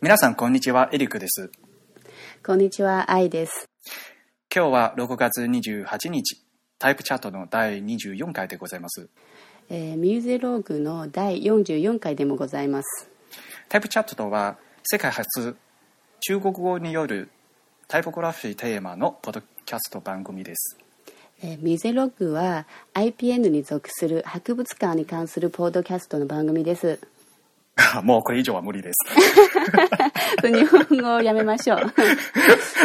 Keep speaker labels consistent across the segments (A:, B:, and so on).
A: 皆さん、こんにちは。エリックです。
B: こんにちは、愛です。
A: 今日は6月28日、タイプチャートの第24回でございます。
B: えーミューゼローグの第44回でもございます。
A: タイプチャットとは、世界初、中国語によるタイポグラフィーテーマのポッドキャスト番組です。
B: えーミューゼローグは IPN に属する博物館に関するポードキャストの番組です。
A: もうこれ以上は無理です。
B: 日本語をやめましょう。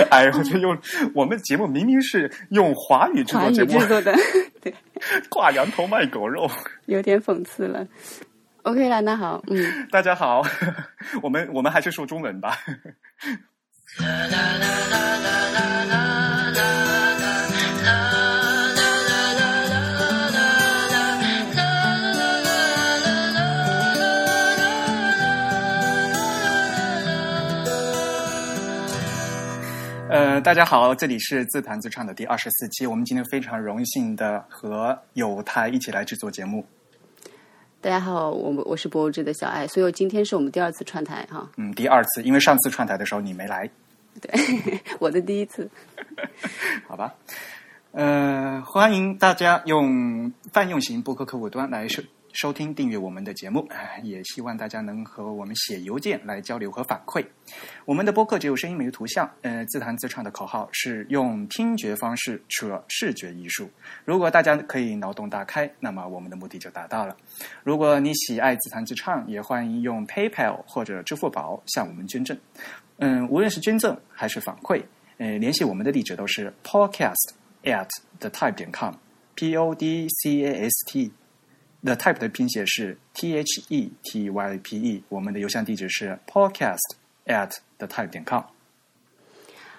A: 哎，我就用我们节目明明是用华语制
B: 华
A: 作节
B: 语制
A: 目，
B: 作的，对，
A: 挂羊头卖狗肉。
B: 有点讽刺了。OK 啦，那好，嗯，
A: 大家好， 我们我们还是说中文吧。呃，大家好，这里是自弹自唱的第二十四期。我们今天非常荣幸的和有台一起来制作节目。
B: 大家好，我们我是博物志的小爱，所以今天是我们第二次串台哈，
A: 嗯，第二次，因为上次串台的时候你没来，
B: 我的第一次。
A: 好吧？呃，欢迎大家用泛用型播客客户端来收收听、订阅我们的节目，哎也希望大家能和我们写邮件来交流和反馈。我们的播客只有声音没有图像，呃，自弹自唱的口号是用听觉方式扯视觉艺术。如果大家可以脑洞大开，那么我们的目的就达到了。如果你喜爱自弹自唱，也欢迎用 PayPal 或者支付宝向我们捐赠。嗯，无论是捐赠还是反馈，呃，联系我们的地址都是 podcast at the type 点 com，p o d c a s t。The type 的拼写是 t h e t y p e，我们的邮箱地址是 podcast at the type 点 com。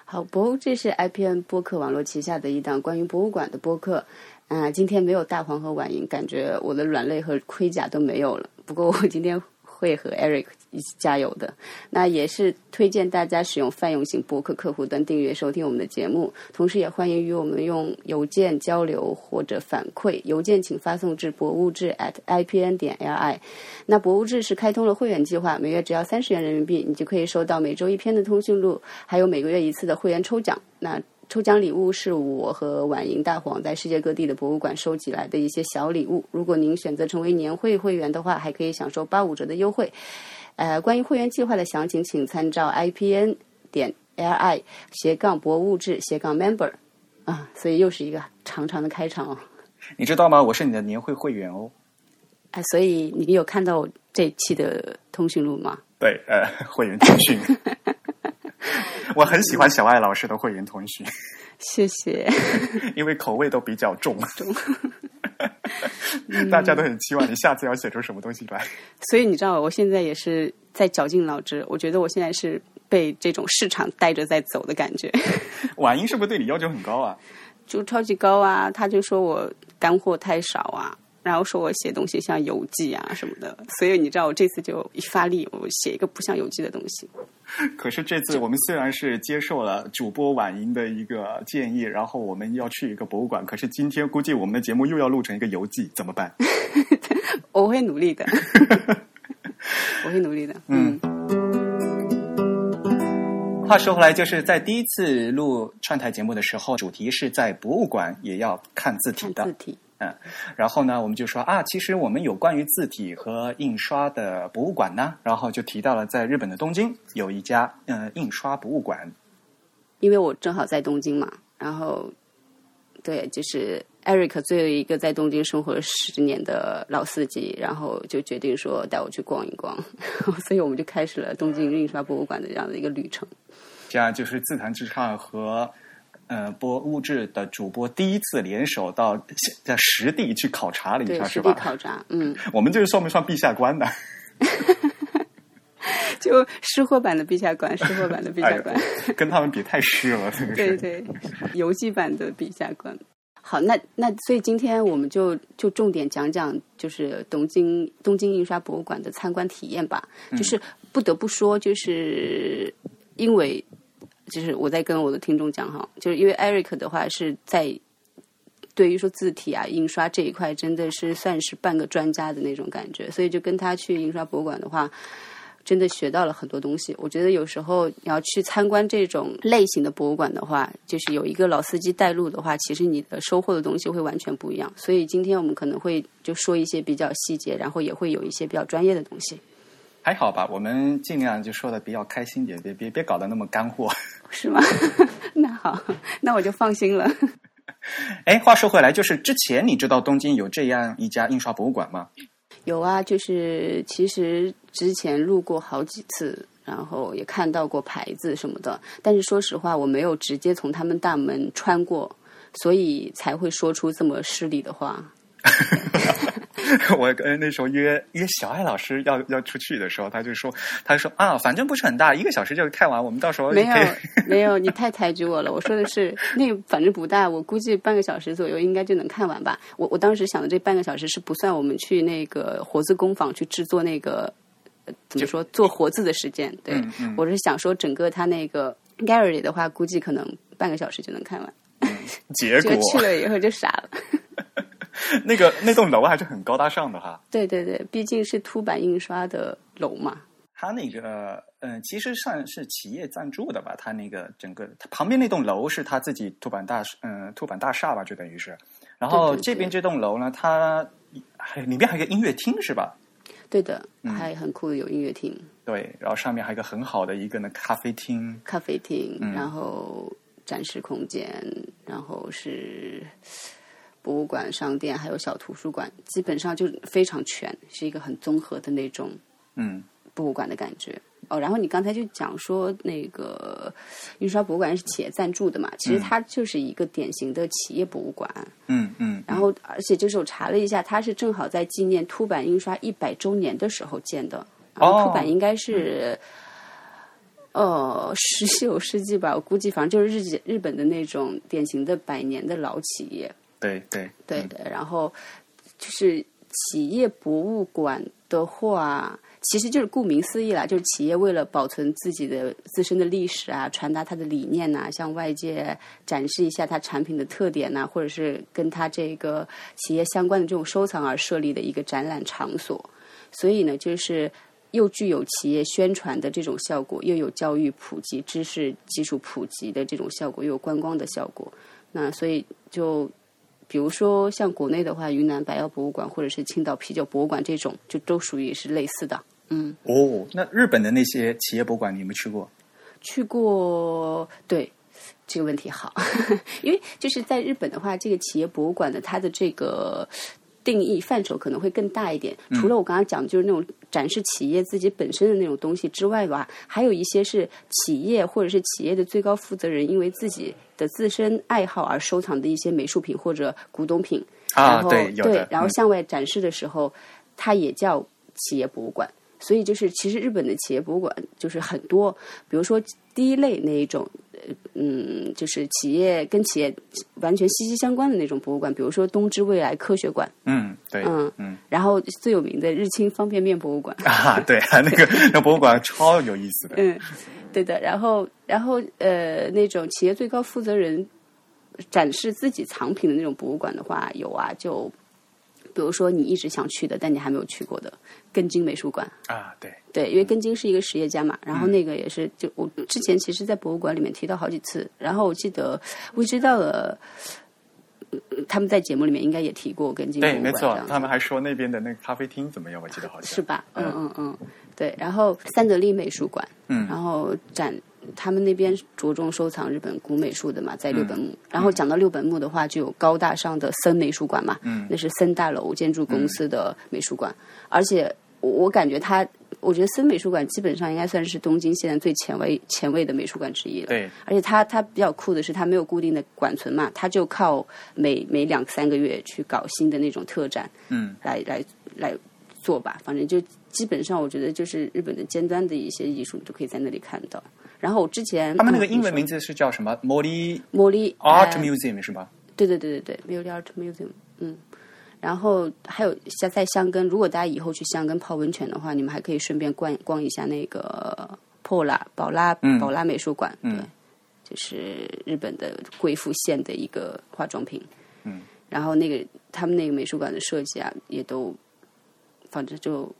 B: 好，博物志是 IPN 播客网络旗下的一档关于博物馆的播客。啊、今天没有大黄和婉莹，感觉我的软肋和盔甲都没有了。不过我今天会和 Eric 一起加油的。那也是推荐大家使用泛用型播客客户端订阅收听我们的节目，同时也欢迎与我们用邮件交流或者反馈。邮件请发送至博物志 at IPN 点 LI。那博物志是开通了会员计划，每月只要三十元人民币，你就可以收到每周一篇的通讯录，还有每个月一次的会员抽奖。那抽奖礼物是我和婉莹、大黄在世界各地的博物馆收集来的一些小礼物。如果您选择成为年会会员的话，还可以享受八五折的优惠。呃，关于会员计划的详情，请参照 IPN 点 LI 斜杠博物志斜杠 member 啊。所以又是一个长长的开场哦。
A: 你知道吗？我是你的年会会员哦。
B: 哎、所以你有看到我这期的通讯录吗？
A: 对，呃，会员通 讯。我很喜欢小爱老师的会员通讯，
B: 谢谢。
A: 因为口味都比较重， 大家都很期望你下次要写出什么东西来。
B: 所以你知道，我现在也是在绞尽脑汁。我觉得我现在是被这种市场带着在走的感觉，
A: 婉莹是不是对你要求很高啊？
B: 就超级高啊！他就说我干货太少啊，然后说我写东西像游记啊什么的。所以你知道，我这次就一发力，我写一个不像游记的东西。
A: 可是这次我们虽然是接受了主播婉莹的一个建议，然后我们要去一个博物馆，可是今天估计我们的节目又要录成一个游记，怎么办？
B: 我会努力 的，我会努力的。
A: 嗯。话说回来，就是在第一次录串台节目的时候，主题是在博物馆也要看字体
B: 看
A: 的
B: 字。体，
A: 然后呢，我们就说啊，其实我们有关于字体和印刷的博物馆呢，然后就提到了在日本的东京有一家嗯、呃印刷博物馆。
B: 因为我正好在东京嘛，然后对，就是 Eric 作为一个在东京生活了十年的老司机，然后就决定说带我去逛一逛， 所以我们就开始了东京印刷博物馆的这样的一个旅程。
A: 这样就是自弹自唱和呃播物质的主播第一次联手到在实地去考察了一
B: 对
A: 下，，是
B: 实地
A: 吧？
B: 考察，嗯，
A: 我们这个算不算陛下官呢？
B: 就吃货版的陛下馆，吃货版的 陛下馆。
A: 哎跟他们比太虚了，这个
B: 对
A: 是。
B: 对，游记版的陛下观。好，那那所以今天我们就就重点讲讲，就是东京东京印刷博物馆的参观体验吧。
A: 嗯
B: 就是不得不说，就是因为就是我在跟我的听众讲哈，就是因为 Eric 的话是在对于说字体啊、印刷这一块，真的是算是半个专家的那种感觉，所以就跟他去印刷博物馆的话，真的学到了很多东西。我觉得有时候你要去参观这种类型的博物馆的话，就是有一个老司机带路的话，其实你的收获的东西会完全不一样。所以今天我们可能会就说一些比较细节，然后也会有一些比较专业的东西，
A: 还好吧，我们尽量就说的比较开心点，别别别搞得那么干货。
B: 是吗？ 那好， 那我就放心了。
A: 哎，话说回来，就是之前你知道东京有这样一家印刷博物馆吗？
B: 有啊，就是其实之前路过好几次，然后也看到过牌子什么的，但是说实话，我没有直接从他们大门穿过，所以才会说出这么失礼的话。
A: 我跟那时候约约小爱老师要要出去的时候，他就说，他说啊，反正不是很大，一个小时就看完，我们到时候
B: 没
A: 就
B: 有
A: 可以
B: 没有，你太抬举我了。我说的是那个反正不大，我估计半个小时左右应该就能看完吧。我我当时想的这半个小时是不算我们去那个活字工坊去制作那个呃怎么说做活字的时间。对，
A: 嗯嗯
B: 我是想说整个他那个 gallery 的话，估计可能半个小时就能看完。
A: 结
B: 结
A: 果
B: 果去了以后就傻了。
A: 那个 那栋楼还是很高大上的哈。
B: 对对对，毕竟是凸版印刷的楼嘛。
A: 它那个呃，其实算是企业赞助的吧。它那个整个它旁边那栋楼是它自己凸版大嗯凸版大厦吧，就等于是。然后
B: 对对对
A: 这边这栋楼呢，它还里面还有一个音乐厅是吧？
B: 对的，
A: 嗯
B: 还很酷，有音乐厅、
A: 对，然后上面还有一个很好的一个呢咖啡厅，
B: 咖啡厅，然后展示空间，然后是博物馆、商店，还有小图书馆，基本上就非常全，是一个很综合的那种
A: 嗯，
B: 博物馆的感觉。哦，然后你刚才就讲说那个印刷博物馆是企业赞助的嘛，其实它就是一个典型的企业博物馆。
A: 嗯嗯，
B: 然后，而且就是我查了一下，它是正好在纪念凸版印刷一百周年的时候建的。然
A: 哦
B: 后凸版应该
A: 嗯
B: 是，呃， 十九世纪吧，我估计反正就是日籍日本的那种典型的百年的老企业。
A: 对对
B: 对
A: 嗯
B: 的，然后就是企业博物馆的话，其实就是顾名思义啦，就是企业为了保存自己的自身的历史啊，传达它的理念呐、向外界展示一下它产品的特点呐、或者是跟它这个企业相关的这种收藏而设立的一个展览场所。所以呢，就是。又具有企业宣传的这种效果，又有教育普及、知识基础普及的这种效果，又有观光的效果。那所以就比如说像国内的话，云南白药博物馆或者是青岛啤酒博物馆这种，就都属于是类似的。嗯，
A: 哦，那日本的那些企业博物馆你有没有去过？
B: 去过对这个问题好， 因为就是在日本的话，这个企业博物馆的它的这个。定义范畴可能会更大一点，除了我刚刚讲的就是那种展示企业自己本身的那种东西之外吧，还有一些是企业或者是企业的最高负责人因为自己的自身爱好而收藏的一些美术品或者古董品，
A: 啊
B: 然，后
A: 对，有的，
B: 然后
A: 嗯
B: 向外展示的时候，它也叫企业博物馆。所以就是，其实日本的企业博物馆就是很多，比如说第一类那一种，呃嗯，就是企业跟企业完全息息相关的那种博物馆，比如说东芝未来科学馆，
A: 嗯，对，
B: 嗯
A: 嗯
B: 然后最有名的日清方便面博物馆，
A: 啊，对， 那个那博物馆超有意思的，
B: 嗯，对的。然后，然后呃，那种企业最高负责人展示自己藏品的那种博物馆的话，有啊，就比如说你一直想去的，但你还没有去过的根津美术馆，
A: 啊，对，
B: 对，因为根津是一个实业家嘛，
A: 嗯
B: 然后那个也是，就我之前其实，在博物馆里面提到好几次，然后我记得我知道了。呃他们在节目里面应该也提过根津博物
A: 对，
B: 馆，
A: 没
B: 这
A: 错
B: 样，子
A: 他们还说那边的那个咖啡厅怎么样，我记得好像
B: 是吧？嗯嗯嗯，对。然后三得利美术馆，
A: 嗯
B: 然后展他们那边着重收藏日本古美术的嘛，在六本木。
A: 嗯
B: 然后讲到六本木的话，就有高大上的森美术馆嘛，
A: 嗯
B: 那是森大楼建筑公司的美术馆，而且我我感觉它。我觉得森美术馆基本上应该算是东京现在最前卫前卫的美术馆之一了。
A: 对，
B: 而且它它比较酷的是，它没有固定的馆存嘛，它就靠每每两三个月去搞新的那种特展，
A: 嗯，
B: 来来来做吧。反正就基本上，我觉得就是日本的尖端的一些艺术，你都可以在那里看到。然后我之前
A: 他们那个
B: 嗯
A: 英文名字是叫什么？Mori
B: 你说茉莉
A: Art
B: 呃
A: Museum 是吧？
B: 对对对对对，Beauty Art Museum，嗯。然后还有像在香根，如果大家以后去香根泡温泉的话，你们还可以顺便逛逛一下那个 Pola 宝拉
A: 嗯
B: 宝拉美术馆，
A: 嗯
B: 对，就是日本的贵妇县的一个化妆品。
A: 嗯。
B: 然后那个他们那个美术馆的设计啊，也都反正就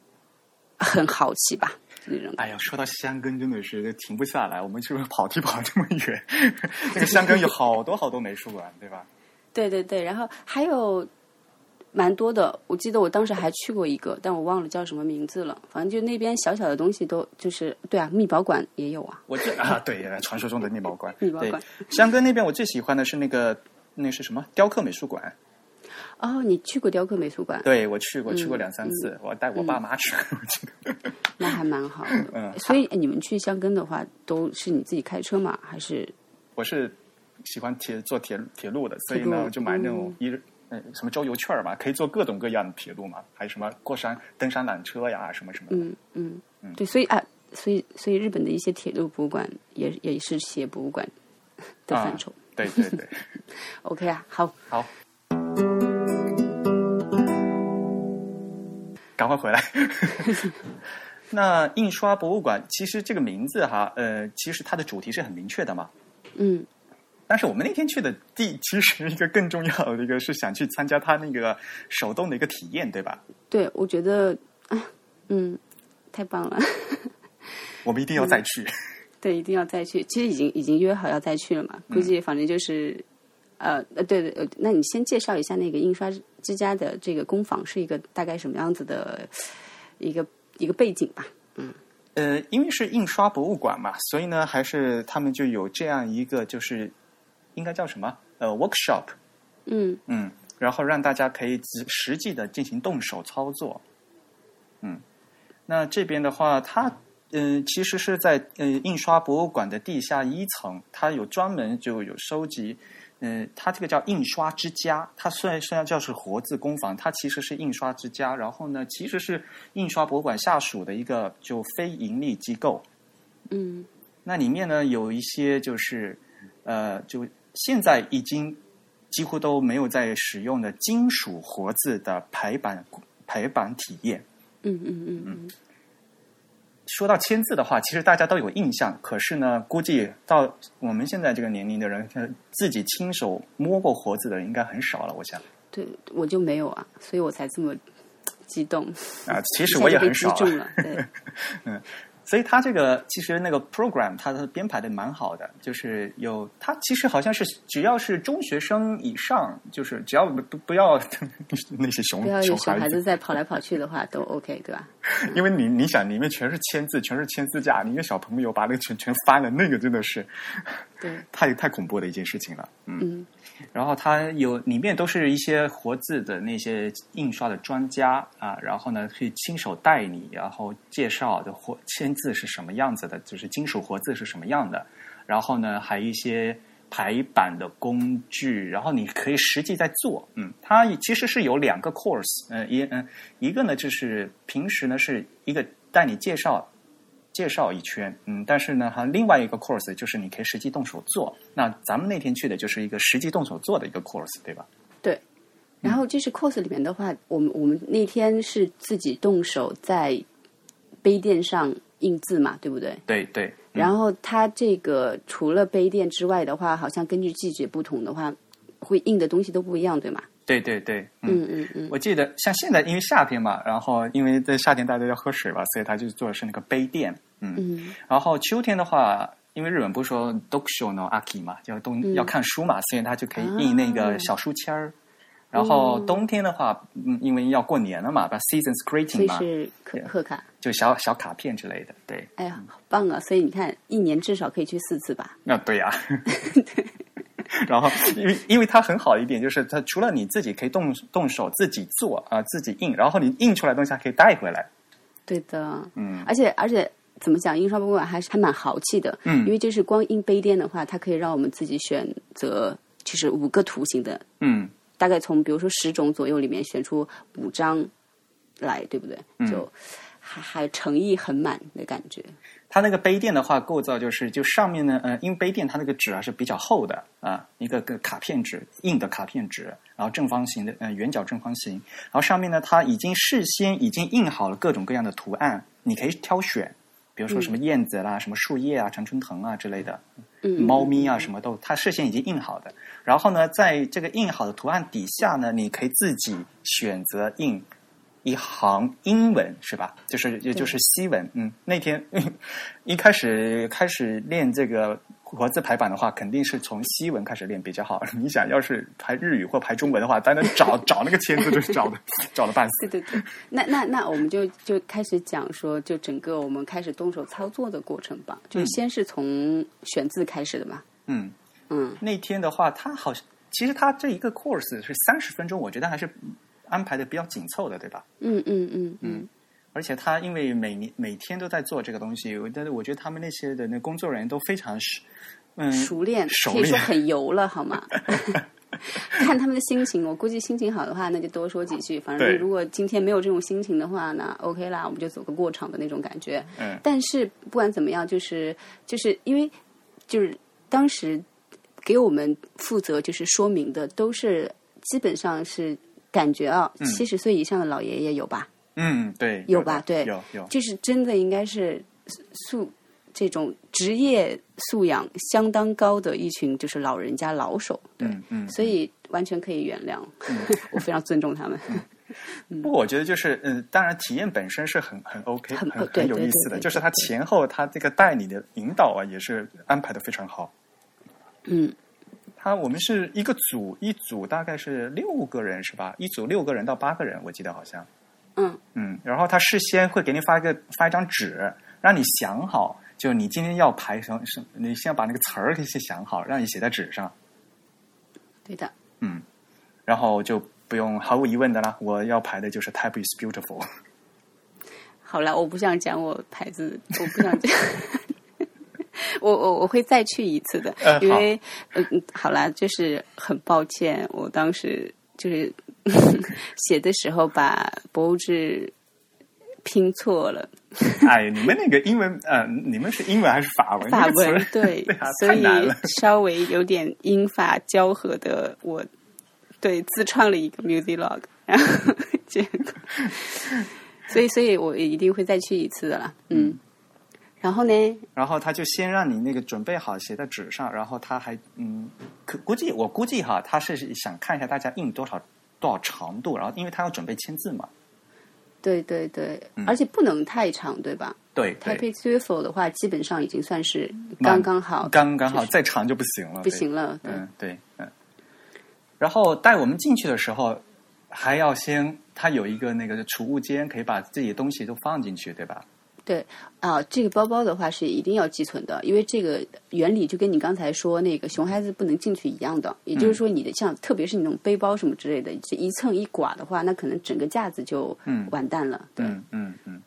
B: 很好奇吧，那种。
A: 哎呀，说到香根真的是停不下来，我们是不是跑题跑这么 远？那个香根有好多好多美术馆，对吧？
B: 对对对，然后还有蛮多的，我记得我当时还去过一个，但我忘了叫什么名字了。反正就那边小小的东西都就是对啊，密保馆也有啊。
A: 我最啊，对，传说中的密宝馆。
B: 密宝馆
A: 对，香根那边我最喜欢的是那个那是什么雕刻美术馆？
B: 哦，你去过雕刻美术馆，
A: 对我去过，去过两三次，我带我爸妈去。我记得
B: 那还蛮好的。
A: 嗯
B: 所以你们去香根的话，都是你自己开车吗？还是
A: 我是喜欢铁坐铁铁路的，所以呢，
B: 铁路嗯
A: 我就买那种一日。呃，什么周游券儿嘛，可以坐各种各样的铁路嘛，还有什么过山、登山缆车呀，什么什么的。
B: 嗯嗯对，所以啊，所以所以日本的一些铁路博物馆也也是企业博物馆的
A: 啊
B: 范畴。
A: 对对对，
B: OK 啊，好，
A: 好，赶快回来。 那印刷博物馆其实这个名字哈，呃，其实它的主题是很明确的嘛。
B: 嗯。
A: 但是我们那天去的地，其实一个更重要的一个是想去参加它那个手动的一个体验，对吧？
B: 对，我觉得，啊，嗯，太棒了，
A: 我们一定要再去。
B: 对，一定要再去。其实已经已经约好要再去了嘛，
A: 嗯
B: 估计反正就是，呃呃，对对，呃那你先介绍一下那个印刷之家的这个工坊是一个大概什么样子的一个一个背景吧？
A: 呃，因为是印刷博物馆嘛，所以呢，还是他们就有这样一个，就是应该叫什么？呃，workshop，
B: 嗯
A: 嗯，然后让大家可以实实际的进行动手操作。嗯，那这边的话，它嗯、呃其实是在呃印刷博物馆的地下一层，它有专门就有收集，嗯、它这个叫印刷之家，它虽然虽然叫是活字工坊，它其实是印刷之家，然后呢，其实是印刷博物馆下属的一个就非盈利机构。
B: 嗯
A: 那里面呢有一些就是呃，就现在已经几乎都没有在使用的金属活字的排版排版体验。
B: 嗯嗯嗯嗯，
A: 说到签字的话，其实大家都有印象，可是呢，估计到我们现在这个年龄的人，呃自己亲手摸过活字的人应该很少了。我想
B: 对我就没有啊，所以我才这么激动。
A: 啊，其
B: 一
A: 实
B: 下
A: 我也
B: 就被
A: 很少啊
B: 击中了， 对，
A: 所以它这个其实那个 program 它的编排的蛮好的，就是有它其实好像是只要是中学生以上，就是只要不不要 那些熊
B: 不要有
A: 熊
B: 小
A: 孩
B: 孩子在跑来跑去的话都 OK 对吧？
A: 因为你你想里面全是签字，全是签字架，你一个小朋友把那个全全翻了，那个真的是
B: 对，
A: 太太恐怖的一件事情了。嗯，
B: 嗯。
A: 然后它有里面都是一些活字的那些印刷的专家啊，然后呢可以亲手带你，然后介绍的活签字是什么样子的，就是金属活字是什么样的，然后呢还有一些排版的工具，然后你可以实际在做。嗯，它其实是有两个 course，嗯、一嗯、一个呢就是平时呢是一个带你介绍介绍一圈，嗯，但是呢，还有另外一个 course 就是你可以实际动手做。那咱们那天去的就是一个实际动手做的一个 course，对吧？
B: 对，然后这是 cos 里面的话，我们我们那天是自己动手在杯垫上印字嘛，对不对？
A: 对对，
B: 然后它这个除了杯垫之外的话，好像根据季节不同的话，会印的东西都不一样，对吗？
A: 对对对，嗯
B: 嗯嗯嗯，
A: 我记得像现在因为夏天嘛，然后因为在夏天大家要喝水吧，所以他就做的是那个杯垫，嗯，
B: 嗯
A: 然后秋天的话，因为日本不是说 dokusho no aki 嘛，就是冬、要看书嘛，所以它就可以印那个小书签儿。然后冬天的话，嗯，因为要过年了嘛，把 seasons
B: 所
A: greeting
B: 以
A: 嘛，
B: 是贺贺卡。
A: 就小小卡片之类的，对。
B: 哎呀，好棒啊！所以你看，一年至少可以去四次吧。
A: 那啊对呀、 然后，因为因为它很好的一点就是，它除了你自己可以动动手自己做啊、自己印，然后你印出来的东西还可以带回来。
B: 对的，
A: 嗯
B: 而且而且怎么讲，印刷博物馆还是还蛮豪气的，
A: 嗯
B: 因为就是光印杯垫的话，它可以让我们自己选择，就是五个图形的，
A: 嗯，
B: 大概从比如说十种左右里面选出五张来，对不对？
A: 嗯
B: 就还还诚意很满的感觉，
A: 它那个杯垫的话，构造就是就上面呢，呃，因为杯垫它那个纸还是比较厚的啊，一个个卡片纸，硬的卡片纸，然后正方形的，呃，圆角正方形，然后上面呢，它已经事先已经印好了各种各样的图案，你可以挑选，比如说什么燕子啦、什么树叶啊、常春藤啊之类的，
B: 嗯，
A: 猫咪啊什么都，它事先已经印好的。然后呢，在这个印好的图案底下呢，你可以自己选择印一行英文是吧？就是也就是西文。嗯，那天 一开始开始练这个国字排版的话，肯定是从西文开始练比较好。 你想要是排日语或排中文的话，当然找 找那个签字就是找的 找的半死。
B: 对对对，那那那我们就就开始讲说，就整个我们开始动手操作的过程吧。就
A: 嗯
B: 先是从选字开始的嘛。
A: 嗯，
B: 嗯，
A: 那天的话，他好像其实他这一个 course 是三十分钟，我觉得还是安排的比较紧凑的，对吧？
B: 嗯嗯嗯嗯
A: 而且他因为每年每天都在做这个东西，我但是我觉得他们那些的那工作人员都非常是，嗯，
B: 熟练，
A: 熟
B: 可以说
A: 练
B: 很油了，好吗？ 看他们的心情，我估计心情好的话，那就多说几句。反正
A: 对
B: 如果今天没有这种心情的话呢，OK 啦，我们就走个过场的那种感觉。
A: 嗯
B: 但是不管怎么样，就是就是因为就是当时给我们负责就是说明的都是基本上是感觉啊，
A: 嗯
B: 七十岁以上的老爷爷有吧？
A: 嗯，对，
B: 有
A: 的
B: 吧对
A: 有有，
B: 就是真的应该是素这种职业素养相当高的一群就是老人家老手，对，
A: 嗯嗯。
B: 所以完全可以原谅， 我非常尊重他们。
A: 不过我觉得就是，嗯，当然体验本身是很很 OK，
B: 很呃
A: 很
B: 对
A: 有
B: 对
A: 意
B: 对
A: 思的，
B: 对
A: 就是
B: 对
A: 他
B: 对
A: 前后他这个带你的引导啊，也是安排的非常好。
B: 嗯，
A: 他我们是一个组，一组大概是六个人是吧？一组六个人到八个人，我记得好像。
B: 嗯
A: 嗯，然后他事先会给你发一个发一张纸，让你想好，就你今天要排什么什么，你先把那个词儿给先想好，让你写在纸上，
B: 对的，
A: 嗯，然后就不用毫无疑问的啦，我要排的就是 Type is beautiful，
B: 好了，我不想讲我牌子，我不想讲。 我我我会再去一次的，
A: 呃
B: 因为嗯嗯好啦，就是很抱歉，我当时就是 写的时候把博物志拼错了，
A: 哎，你们那个英文，呃，你们是英文还是法文？
B: 法
A: 那个
B: 文
A: 词
B: 对
A: 对啊，
B: 所
A: 太
B: 以
A: 难了。
B: 稍微有点英法交合的我，对自创了一个 music log，然 后结果，所以所以我一定会再去一次的啦，嗯。然后呢？
A: 然后他就先让你那个准备好写在纸上，然后他还嗯，可估计我估计哈，他是想看一下大家印多少多少长度，然后因为他要准备签字嘛。
B: 对对对，
A: 嗯
B: 而且不能太长，对吧
A: 对对，
B: ？Taipei t u f o 的话，基本上已经算是
A: 慢
B: 刚刚好，
A: 刚刚
B: 就
A: 好，
B: 是
A: 再长就不行了。
B: 不
A: 对
B: 行了。对，
A: 嗯，对，嗯。然后带我们进去的时候，还要先，他有一个那个储物间，可以把自己的东西都放进去，对吧？
B: 对啊，这个包包的话是一定要寄存的，因为这个原理就跟你刚才说那个熊孩子不能进去一样的。也
A: 嗯
B: 就是说，你的像特别是你那种背包什么之类的，这一蹭一刮的话，那可能整个架子就
A: 嗯
B: 完蛋了。对，
A: 嗯嗯嗯。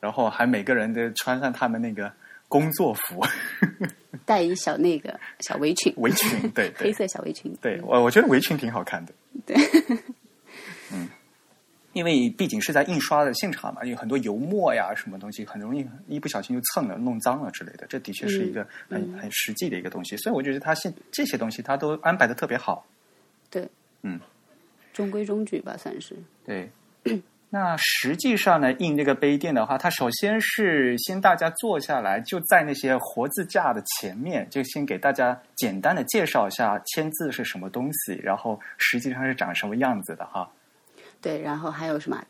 A: 然后还每个人都穿上他们那个工作服
B: 带一小那个小围裙，
A: 围 裙，对
B: 黑
A: 对
B: 色小围裙。
A: 对，我我觉得围裙挺好看的。
B: 对，
A: 嗯。因为毕竟是在印刷的现场嘛，有很多油墨呀，什么东西很容易一不小心就蹭了、弄脏了之类的。这的确是一个很、
B: 嗯
A: 很实际的一个东西，所以我觉得他现这些东西他都安排的特别好。
B: 对，
A: 嗯，
B: 中规中矩吧，算是。
A: 对。那实际上呢，印这个杯垫的话，它首先是先大家坐下来，就在那些活字架的前面，就先给大家简单的介绍一下签字是什么东西，然后实际上是长什么样子的哈。
B: 对，然后还有什么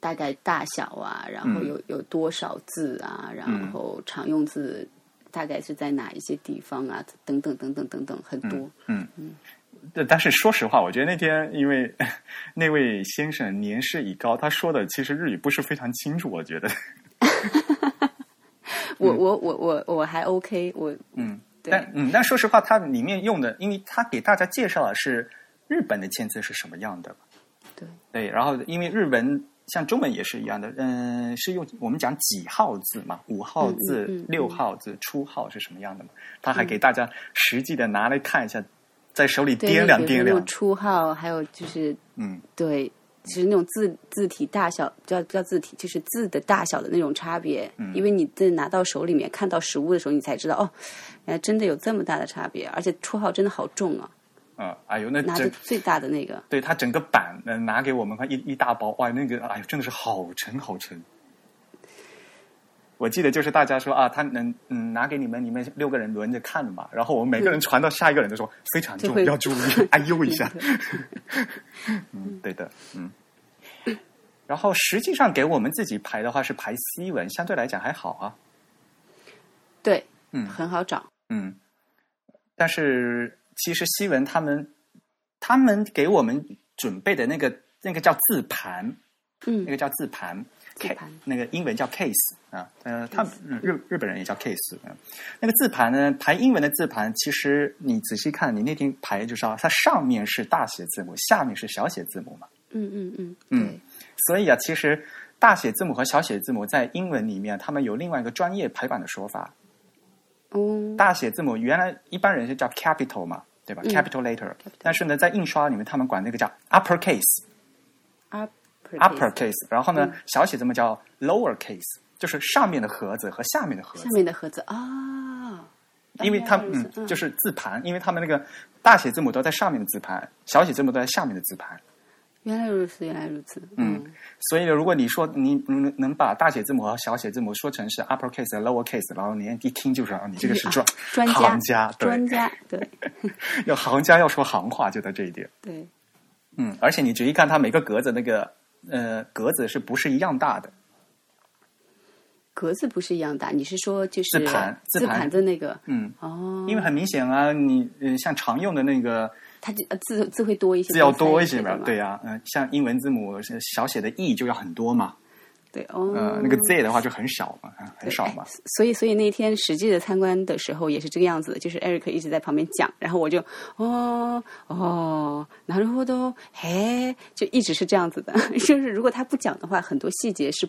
B: 大概大小啊，然后
A: 嗯
B: 有、有多少字啊，然
A: 嗯
B: 后常用字大概是在哪一些地方啊，等等等等等等，很多。
A: 嗯嗯。但是说实话，我觉得那天因为 那位先生年事已高，他说的其实日语不是非常清楚，我觉得。
B: 我我我我我还 OK，我
A: 嗯，
B: 对
A: 但嗯，但说实话，它里面用的，因为它给大家介绍的是日本的签字是什么样的。
B: 对
A: 对，然后因为日文像中文也是一样的，嗯、是用我们讲几号字嘛，五号字、
B: 嗯嗯嗯嗯
A: 六号字、初号是什么样的嘛？他还给大家实际的拿来看一下，在手里
B: 对
A: 掂量
B: 那比
A: 掂
B: 如说
A: 量，
B: 初号，还有就是
A: 嗯，
B: 对，就是那种字字体大小，叫叫字体，就是字的大小的那种差别。
A: 嗯
B: 因为你在拿到手里面看到实物的时候，你才知道哦，原来真的有这么大的差别，而且初号真的好重啊，
A: 啊、哎呦，那
B: 拿着
A: 整
B: 最大的那个。
A: 对他整个板呃拿给我们看一一大包，哇，那个哎呦真的是好沉好沉。我记得就是大家说啊，他能嗯拿给你们，你们六个人轮着看嘛，然后我们每个人传到下一个人的时候，非常
B: 就
A: 重，
B: 会
A: 要 注意，哎呦一下，嗯，对的，嗯。然后实际上给我们自己排的话是排 C 文，相对来讲还好啊。
B: 对，
A: 嗯
B: 很好找。
A: 嗯，但是其实西文他们他们给我们准备的那个那个叫字盘，
B: 嗯
A: 那，个叫字盘，
B: 字
A: K-
B: 盘
A: 那个英文叫 case 啊，呃，他们嗯日日本人也叫 case 啊。那个字盘呢，排英文的字盘，其实你仔细看，你那天排就知道，它上面是大写字母，下面是小写字母嘛。
B: 嗯嗯嗯，
A: 嗯
B: 对，
A: 所以啊，其实大写字母和小写字母在英文里面，他们有另外一个专业排版的说法。
B: 嗯哦，
A: 大写字母原来一般人是叫 capital 嘛，对吧、
B: 嗯
A: c a p i t a l letter，
B: Capital
A: 但是呢，在印刷里面，他们管那个叫 upper case。
B: upper
A: upper case，然后呢，
B: 嗯
A: 小写字母叫 lower case，就是上面的盒子和下面的盒
B: 下
A: 子，
B: 面的盒子啊，
A: 因为它
B: 原来如
A: 嗯
B: 此
A: 就是字盘，因为他们那个大写字母都在上面的字盘，小写字母都在下面的字盘，
B: 原来如此，原来如此，
A: 嗯，所以呢，如果你说你能能把大写字母和小写字母说成是 upper case、lower case，然后你一听就知道你这个是专
B: 啊专家
A: 行家，对
B: 专，家，对
A: 要行家要说行话就在这一点，
B: 对，
A: 嗯，而且你仔细看它每个格子那个呃格子是不是一样大的？
B: 格子不是一样大，你是说就是
A: 字盘字
B: 字
A: 盘
B: 盘的那个
A: 嗯，
B: 哦，
A: 因为很明显啊，你呃像常用的那个。
B: 它就呃字字会多一些，
A: 字要
B: 多
A: 多一
B: 些
A: 些吧？对呀、嗯、像英文字母是小写的 e 就要很多嘛，
B: 对哦，哎
A: 呃，那个 z 的话就很少嘛，啊很少嘛。
B: 所以，所以那天实际的参观的时候也是这个样子的，就是 Eric 一直在旁边讲，然后我就哦哦，なるほど，嘿，就一直是这样子的。 就是如果他不讲的话，很多细节是，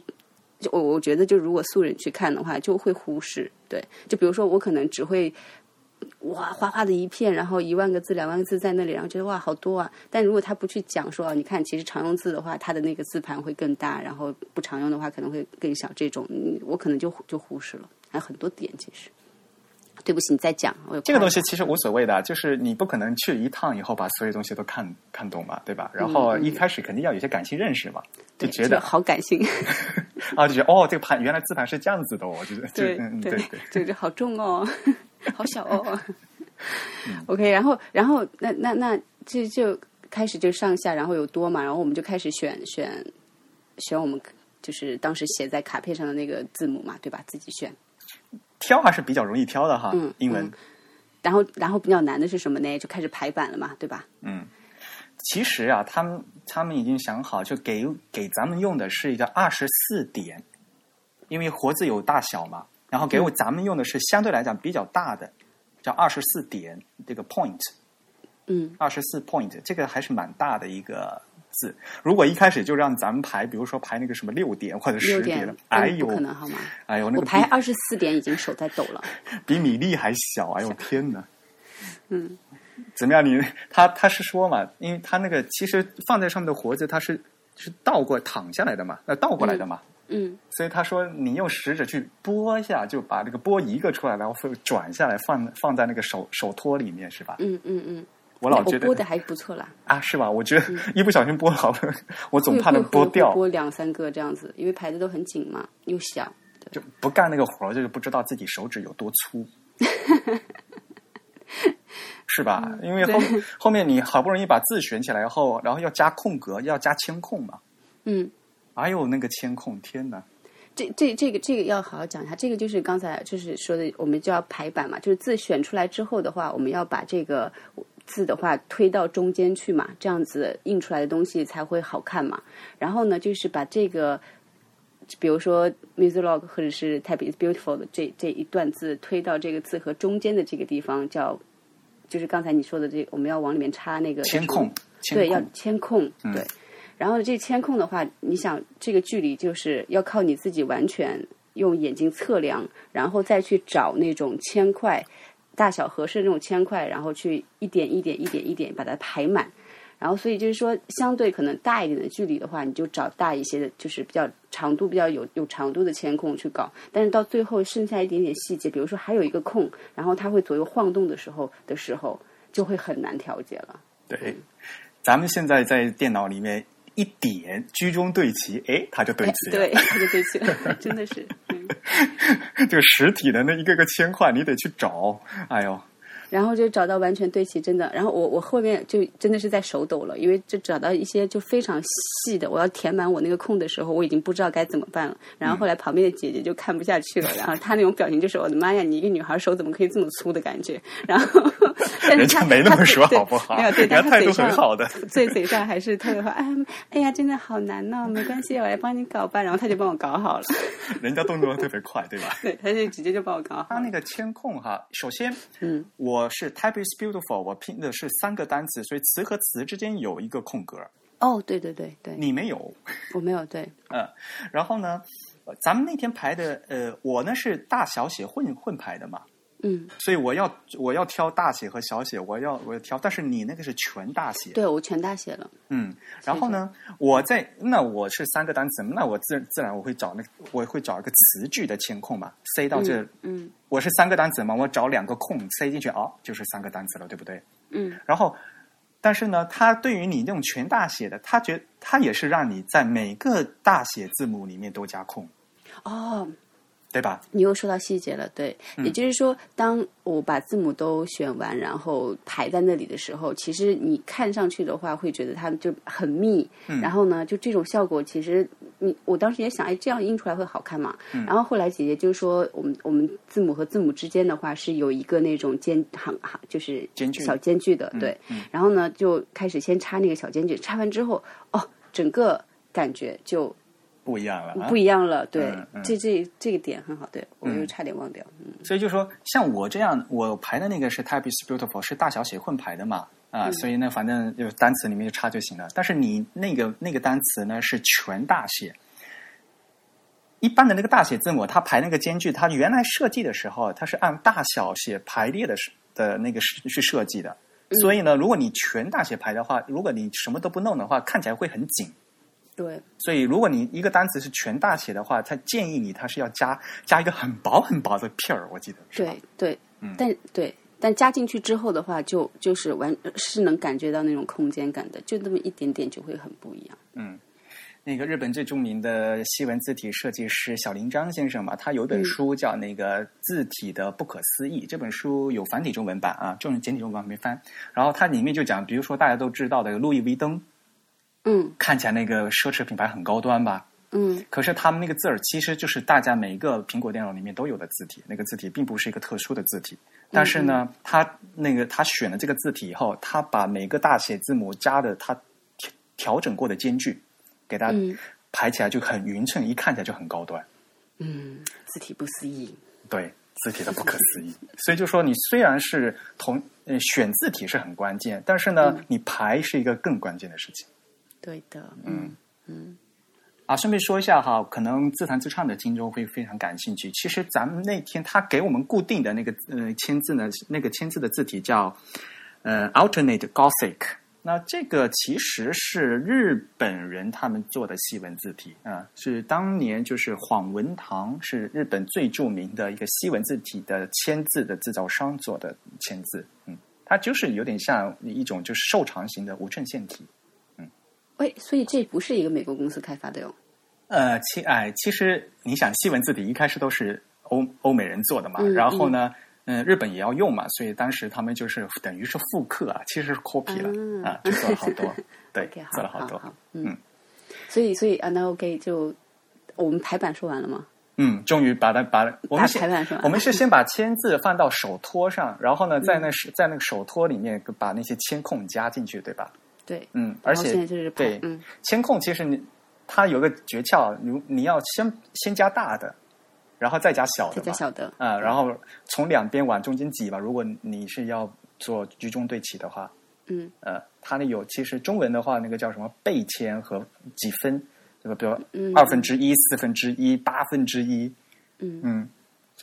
B: 就我我觉得就如果素人去看的话，就会忽视。对，就比如说我可能只会。哇，哗哗的一片，然后一万个字、两万个字在那里，然后觉得哇，好多啊！但如果他不去讲说，啊你看，其实常用字的话，它的那个字盘会更大，然后不常用的话可能会更小。这种，嗯我可能就就忽视了，还有很多点其实。对不起，你再讲，我有
A: 这个东
B: 西
A: 西其实无所谓的，就是你不可能去一趟以后把所有东西都看看懂嘛，对吧？然后一开始肯定要有一些感性认识嘛，就觉得
B: 好感性，
A: 啊，就觉得哦，这个盘原来字盘是这样子的哦，就是就
B: 对
A: 嗯嗯对
B: 对，这个好重哦，好小 哦。OK，然后然后那那那这就开始就上下，然后有多嘛，然后我们就开始选选选我们就是当时写在卡片上的那个字母嘛，对吧？自己选。
A: 挑还是比较容易挑的哈，
B: 嗯
A: 英文
B: 嗯然后然后比较难的是什么呢？就开始排版了嘛，对吧？
A: 嗯。其实啊，他们他们已经想好，就给给咱们用的是一个二十四点，因为活字有大小嘛，然后给我咱们用的是相对来讲比较大的，叫二十四点这个 point，
B: 嗯，
A: 二十四 point 这个还是蛮大的一个字。如果一开始就让咱们排，比如说排那个什么六点或者
B: 六
A: 十
B: 点
A: 点，，哎
B: 嗯不
A: 呦，
B: 可能好吗？
A: 哎呦，那
B: 我
A: 个
B: 排
A: 比
B: 二十四点已经手在抖 了。
A: 比米粒还小，哎呦天哪！
B: 嗯，
A: 怎么样？你他他是说嘛，因为他那个其实放在上面的活字，它是是倒过躺下来的嘛，呃，倒过来的嘛，
B: 嗯，
A: 所以他说你用食指去拨一下，就把这个拨一个出来，然后转下来放放在那个手手托里面是吧？
B: 嗯嗯嗯，
A: 我老
B: 我
A: 觉
B: 播的嗯
A: 得
B: 还不错啦，
A: 啊，是吧？我觉得一不小心拨好了， 我总
B: 会
A: 怕它
B: 会
A: 拨
B: 会
A: 掉，
B: 播两三个这样子，因为排的都很紧嘛，又小。
A: 就不干那个活儿，就是不知道自己手指有多 粗，是吧？
B: 嗯
A: 因为后后面你好不容易把字选起来后，然后要加空格，要加铅空嘛。
B: 嗯，
A: 哎呦，那个铅空，天哪！
B: 这这这个这个要好好讲一下，这个就是刚才就是说的，我们就要排版嘛，就是字选出来之后的话，我们要把这个字的话推到中间去嘛，这样子印出来的东西才会好看嘛。然后呢，就是把这个，比如说 Musilog 或者是 Type is Beautiful 的这这一段字推到这个字和中间的这个地方叫，就是刚才你说的这，我们要往里面插那个
A: 铅空，
B: 对，
A: 铅
B: 要
A: 空，
B: 监控，
A: 嗯
B: 对。然后这监控的话，你想这个距离就是要靠你自己完全用眼睛测量，然后再去找那种铅块大小合适的那种铅块，然后去一点一点一点一点把它排满。然后所以就是说，相对可能大一点的距离的话，你就找大一些的，就是比较长度比较有有长度的铅控去搞。但是到最后剩下一点点细节，比如说还有一个空，然后它会左右晃动的时候的时候，就会很难调节了。
A: 对。咱们现在在电脑里面一点居中对齐，哎，它就对齐了。
B: 对，他就对齐了，真的是。嗯
A: 这个实体的那一个个铅块，你得去找。哎呦，
B: 然后就找到完全对齐，真的。然后我我后面就真的是在手抖了，因为就找到一些就非常细的，我要填满我那个空的时候，我已经不知道该怎么办了。然后后来旁边的姐姐就看不下去了，然后她那种表情就是我的妈呀，你一个女孩手怎么可以这么粗的感觉？然后，但是
A: 人
B: 她
A: 家没那么说
B: 她嘴
A: 好不好？
B: 没有对，
A: 人家
B: 但她
A: 态
B: 嘴
A: 度很
B: 上
A: 好的。
B: 最嘴上还是特别好，哎哎呀，真的好难呢、没关系，我来帮你搞吧。然后他就帮我搞好了，
A: 人家动作特别快，对吧？
B: 对，他就直接就帮我搞好
A: 它
B: 了。
A: 那个监控哈，首先
B: 嗯
A: 我是 type is beautiful，我拼的是三个单词，所以词和词之间有一个空格，
B: 哦，对对对对，
A: 你没有。
B: 我没有对，
A: 嗯，然后呢，呃咱们那天排的，呃，我呢是大小写混混排的嘛，
B: 嗯，
A: 所以我要我要挑大写和小写，我要我要挑，但是你那个是全大写，
B: 对我全大写了，
A: 嗯，然后呢，我在那我是三个单词，那我自自然我会找那个我会找一个词句的填空嘛，塞到这，
B: 嗯
A: 我是三个单词嘛，我找两个空塞进去，哦，就是三个单词了，对不对？
B: 嗯，
A: 然后，但是呢，它对于你那种全大写的，它觉它也是让你在每个大写字母里面都加空，
B: 哦，
A: 对吧？
B: 你又说到细节了，对，也
A: 嗯
B: 就是说，当我把字母都选完，然后排在那里的时候，其实你看上去的话，会觉得它们就很密，
A: 嗯
B: 然后呢，就这种效果，其实你我当时也想，哎，这样印出来会好看嘛？
A: 嗯
B: 然后后来姐姐就说，我们我们字母和字母之间的话是有一个那种间行行，就是
A: 间距嗯
B: 小间距的，对。然后呢，就开始先插那个小间距，插完之后，哦，整个感觉就
A: 不一样了啊
B: 不！一样了，对，
A: 嗯嗯
B: 这这这个点很好，对我
A: 嗯
B: 又差点忘掉，嗯
A: 所以就说，像我这样，我排的那个是 Type is Beautiful，是大小写混排的嘛，啊，所以呢，反正就单词里面就插就行了。但是你那个那个单词呢是全大写，一般的那个大写字母，它排那个间距，它原来设计的时候，它是按大小写排列的是的那个是是设计的。所以呢，如果你全大写排的话，如果你什么都不弄的话，看起来会很紧。
B: 对。
A: 所以，如果你一个单词是全大写的话，它建议你它是要加加一个很薄很薄的片儿，我记得是吧
B: 对对，
A: 嗯
B: 但对，但加进去之后的话，就就是完是能感觉到那种空间感的，就那么一点点就会很不一样。
A: 嗯，那个日本最著名的西文字体设计师小林章先生嘛，他有一本书叫《那个字体的不可思议》，这本书有繁体中文版啊，中文简体中文版没翻。然后它里面就讲，比如说大家都知道的路易威登，
B: 嗯
A: 看起来那个奢侈品牌很高端吧，
B: 嗯
A: 可是他们那个字儿其实就是大家每一个苹果电脑里面都有的字体，那个字体并不是一个特殊的字体。但是呢，他那个他选了这个字体以后，他把每个大写字母加的他调调整过的间距，给它
B: 嗯
A: 排起来就很匀称，一看起来就很高端。
B: 嗯，字体不思议。
A: 对字体的不可思议。所以就说，你虽然是同呃选字体是很关键，但是呢，你排是一个更关键的事情。
B: 对的，嗯
A: 啊，顺便说一下哈，可能自弹自唱的听众会非常感兴趣。其实咱们那天他给我们固定的那个呃签字呢，那个签字的字体叫呃 alternate Gothic。那这个其实是日本人他们做的西文字体啊、是当年就是晃文堂是日本最著名的一个西文字体的签字的制造商做的签字，嗯，它就是有点像一种就是瘦长型的无衬线体。
B: 喂，所以这不是一个美国公司开发的哟。
A: 呃，其哎，其实你想，西文字体一开始都是欧欧美人做的嘛，
B: 嗯
A: 然后呢，嗯、日本也要用嘛，所以当时他们就是等于是复刻啊，其实是 copy 了、
B: 嗯
A: 啊，就做了好 多，对
B: OK，好，
A: 做了
B: 好
A: 多，
B: 好嗯
A: 嗯。
B: 所以，所以啊，那 OK 就我们排版说完了吗？
A: 嗯，终于把它把我
B: 大
A: 们
B: 排
A: 先
B: 版是吧？嗯
A: 我们是先把签字放到手托上，然后呢，在那是、在那个手托里面把那些签控加进去，对吧？
B: 对，
A: 嗯，而
B: 然后现在
A: 且
B: 就是排
A: 对
B: 嗯
A: 签控其实你它有个诀窍，你你要先先加大的，然后再加小的
B: 再
A: 嘛，
B: 加小的，
A: 啊、然后从两边往中间挤吧。如果你是要做居中对齐的话，
B: 嗯
A: 呃，它那有其实中文的话，那个叫什么倍签和几分，对吧？比如
B: 嗯
A: 二分之一、四分之一、八分之一，
B: 嗯
A: 嗯。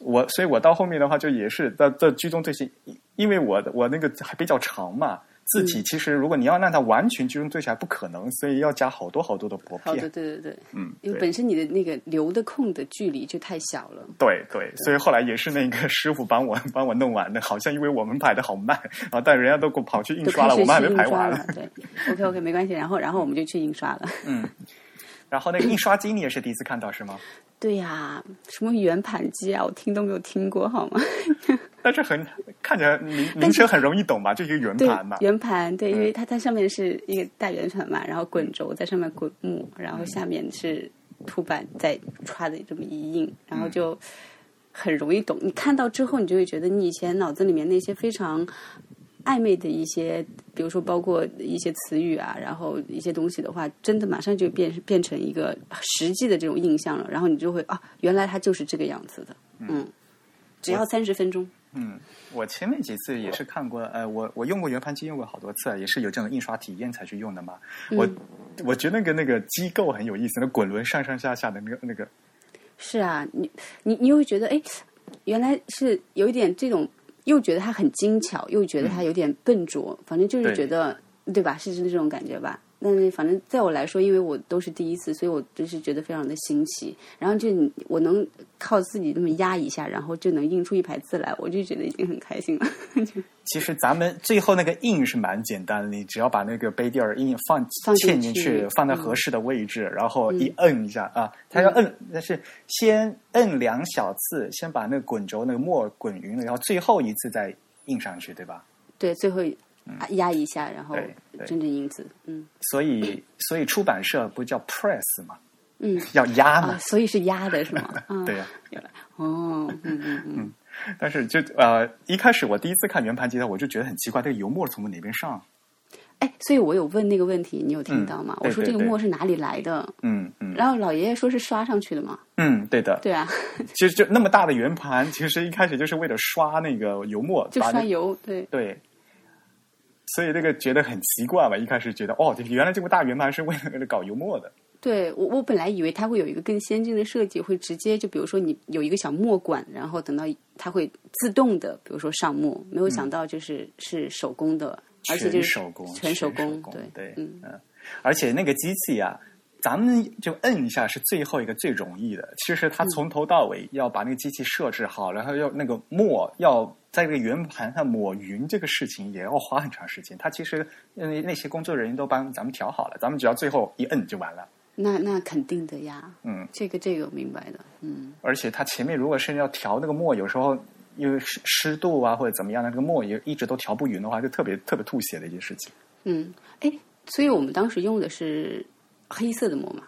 A: 我所以，我到后面的话就也是在在居中对齐，因为我的我那个还比较长嘛，字
B: 嗯
A: 体其实如果你要让它完全居中对齐还不可能，所以要加好多好多的薄
B: 好的，
A: 片，
B: 对对对，
A: 嗯，
B: 因为
A: 对
B: 本身你的那个留的空的距离就太小了。
A: 对对，所以后来也是那个师傅帮我 帮我弄完的，好像因为我们排的好慢，然后但人家都给我跑去印
B: 就
A: 刷了，我
B: 开始
A: 们还
B: 去
A: 没
B: 印
A: 排
B: 刷
A: 完。
B: 了。对，OK OK，没关系。然后然后我们就去印刷了。
A: 嗯，然后那个印刷机你也是第一次看到是吗？
B: 对呀、什么圆盘机啊，我听都没有听过，好吗？
A: 但是很看起来名名称很容易懂嘛，就一个圆
B: 对
A: 盘嘛，。
B: 圆盘，
A: 嗯
B: 对，因为它它上面是一个大圆盘嘛，然后滚轴在上面滚木，然
A: 嗯
B: 后下面是凸版再歘的这么一印，然后
A: 嗯
B: 就很容易懂。你看到之后，你就会觉得你以前脑子里面那些非常暧昧的一些，比如说包括一些词语啊，然后一些东西的话，真的马上就变变成一个实际的这种印象了，然后你就会啊，原来它就是这个样子的，嗯，只要三十分钟。
A: 我前面几次也是看过，呃，我我用过圆盘机，用过好多次，啊也是有这种印刷体验才去用的嘛。我
B: 嗯
A: 我觉得那个那个机构很有意思，那滚轮上上下下的那个那个，
B: 是啊，你你你又会觉得，哎，原来是有一点这种，又觉得它很精巧，又觉得它有点笨拙，反正就
A: 嗯
B: 是
A: 对
B: 觉得，对吧？是这种感觉吧？但是反正在我来说，因为我都是第一次，所以我就是觉得非常的新奇。然后就你我能靠自己这么压一下，然后就能印出一排字来，我就觉得已经很开心了。
A: 其实咱们最后那个印是蛮简单的，你只要把那个杯垫儿印放
B: 放进
A: 嵌进去
B: 去，嗯
A: 放在合适的位置，然后一摁一下、啊，它要摁，那、是先摁两小次，先把那个滚轴那个沫滚匀了，然后最后一次再印上去，对吧？
B: 对，最后压一下，然后
A: 嗯对对
B: 真正印字，嗯
A: 所以所以出版社不叫 press 嘛，
B: 嗯
A: 要压嘛
B: 啊，，所以是压的是吗？啊，
A: 对呀、
B: 哦，嗯嗯嗯。
A: 但是就呃，一开始我第一次看圆盘吉他，我就觉得很奇怪，这个油墨从哪边上？
B: 哎，所以我有问那个问题，你有听到吗？
A: 嗯对
B: 我说这个
A: 对对
B: 墨是哪里来的？
A: 嗯嗯
B: 然后老爷爷说是刷上去的嘛。
A: 嗯，对的。
B: 对啊，
A: 其实就那么大的圆盘，其实一开始就是为了刷那个油墨，
B: 就
A: 把
B: 刷
A: 那
B: 油。对，
A: 对。所以这个觉得很奇怪吧？一开始觉得哦，原来这么大圆盘是为了搞油墨的。
B: 对我我本来以为它会有一个更先进的设计，会直接就比如说你有一个小墨管，然后等到它会自动的，比如说上墨。没有想到就是、是手工的，而且就是
A: 嗯全手工
B: 全手
A: 全手
B: 工。
A: 工对
B: 嗯，
A: 而且那个机器啊，咱们就摁一下是最后一个最容易的。其实
B: 嗯
A: 它从头到尾要把那个机器设置好，然后要那个抹要在这个圆盘上抹匀，这个事情也要花很长时间。它其实呃那那些工作人员都帮咱们调好了，咱们只要最后一摁就完了。
B: 那那肯定的呀。
A: 嗯，
B: 这个这个我明白的。嗯，
A: 而且它前面如果是要调那个墨，有时候因为湿湿度啊或者怎么样的，这个墨也一直都调不匀的话，就特别特别吐血的一件事情。
B: 嗯，哎，所以我们当时用的是黑色的墨嘛。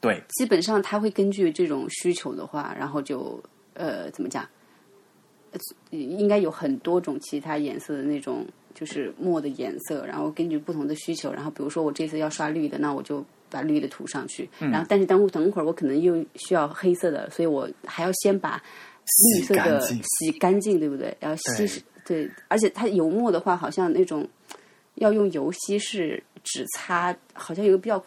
A: 对，
B: 基本上他会根据这种需求的话，然后就呃怎么讲，呃应该有很多种其他颜色的那种就是墨的颜色，然后根据不同的需求，然后比如说我这次要刷绿的，那我就。把绿的涂上去，然后但是等会等会儿我可能又需要黑色的，所以我还要先把绿色
A: 洗
B: 的
A: 干净
B: 洗干净，对不对？然后稀释，对，而且它油墨的话，好像那种要用油稀释纸擦，好像有个比较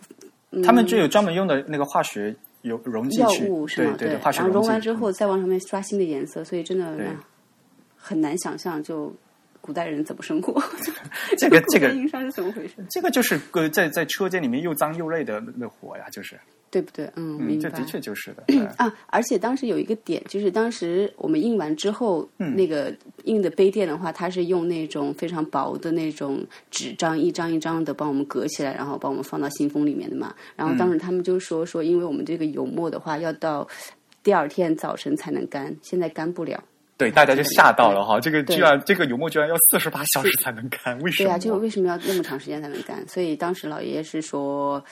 A: 他们就有专门用的那个化学油溶剂
B: 嗯药
A: 去，
B: 物是
A: 对
B: 吗？
A: 对，化学
B: 然后
A: 溶
B: 融
A: 剂。
B: 完之后再往上面刷新的颜色，所以真的
A: 对
B: 啊很难想象就古代人怎么生活。
A: 这个
B: 古
A: 这
B: 代
A: 个
B: 印刷是怎么回事？
A: 这个就是呃，在在车间里面又脏又累的那活呀，就是，
B: 对不对？嗯，
A: 嗯，
B: 明
A: 这
B: 白。
A: 的确就是 的。嗯
B: 啊，而且当时有一个点，就是当时我们印完之后，那个印的杯垫的话，它是用那种非常薄的那种纸张，一张一张的帮我们隔起来，然后帮我们放到信封里面的嘛。然后当时他们就说说，因为我们这个油墨的话，要到第二天早晨才能干，现在干不了。
A: 对，大家就吓到了哈，这个
B: 对
A: 居然这个油墨居然要四十八小时才能干，为什
B: 对
A: 么？
B: 啊，就为什么要那么长时间才能干？所以当时老爷爷是说，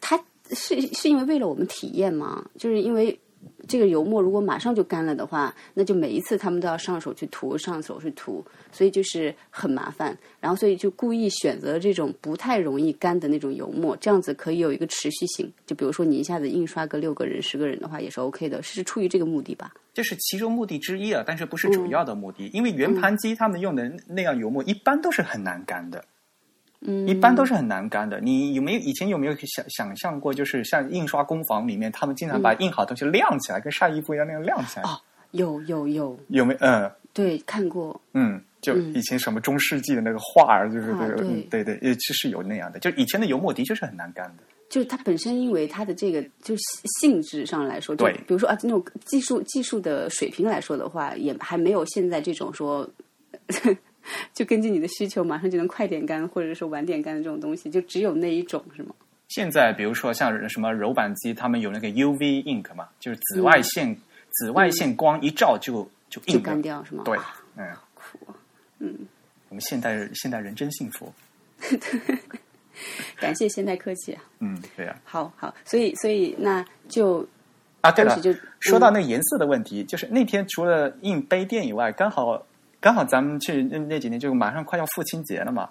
B: 他是是因为为了我们体验嘛，就是因为这个油墨如果马上就干了的话，那就每一次他们都要上手去涂，上手去涂，所以就是很麻烦。然后所以就故意选择这种不太容易干的那种油墨，这样子可以有一个持续性。就比如说你一下子印刷个六个人、十个人的话，也是 OK 的，是出于这个目的吧？
A: 这是其中目的之一啊，但是不是
B: 嗯
A: 主要的目的，因为圆盘机他们用的那样油墨一般都是很难干的。
B: 嗯，
A: 一般都是很难干的。你有没有以前有没有想想象过，就是像印刷工坊里面，他们经常把印好的东西晾起来，跟晒衣服一样那样晾起来？
B: 嗯哦有有有，
A: 有没有？嗯
B: 对，看过。
A: 嗯，就
B: 嗯
A: 以前什么中世纪的那个画儿，就是那
B: 画儿
A: 个，嗯对对，呃其实有那样的。就以前的油墨的确是很难干的。
B: 就是它本身，因为它的这个就是性质上来说，就
A: 对
B: 比如说啊，那种技术技术的水平来说的话，也还没有现在这种说， 就根据你的需求马上就能快点干，或者说晚点干的这种东西，就只有那一种是吗？
A: 现在比如说像什么柔板机，他们有那个 UV ink 嘛，就是紫外线、紫外线光一照就就
B: 嗯就
A: 硬
B: 干
A: 了。
B: 掉是吗？
A: 对
B: 哇，
A: 嗯，
B: 苦啊
A: 我们现代人现代人真幸福。
B: 感谢现代科技啊，
A: 嗯，对呀、
B: 好好，所以所以那就
A: 啊。啊，对
B: 当
A: 了
B: 时，就嗯
A: 说到那颜色的问题，就是那天除了印杯垫以外，刚好刚好咱们去那那几年就马上快要父亲节了嘛。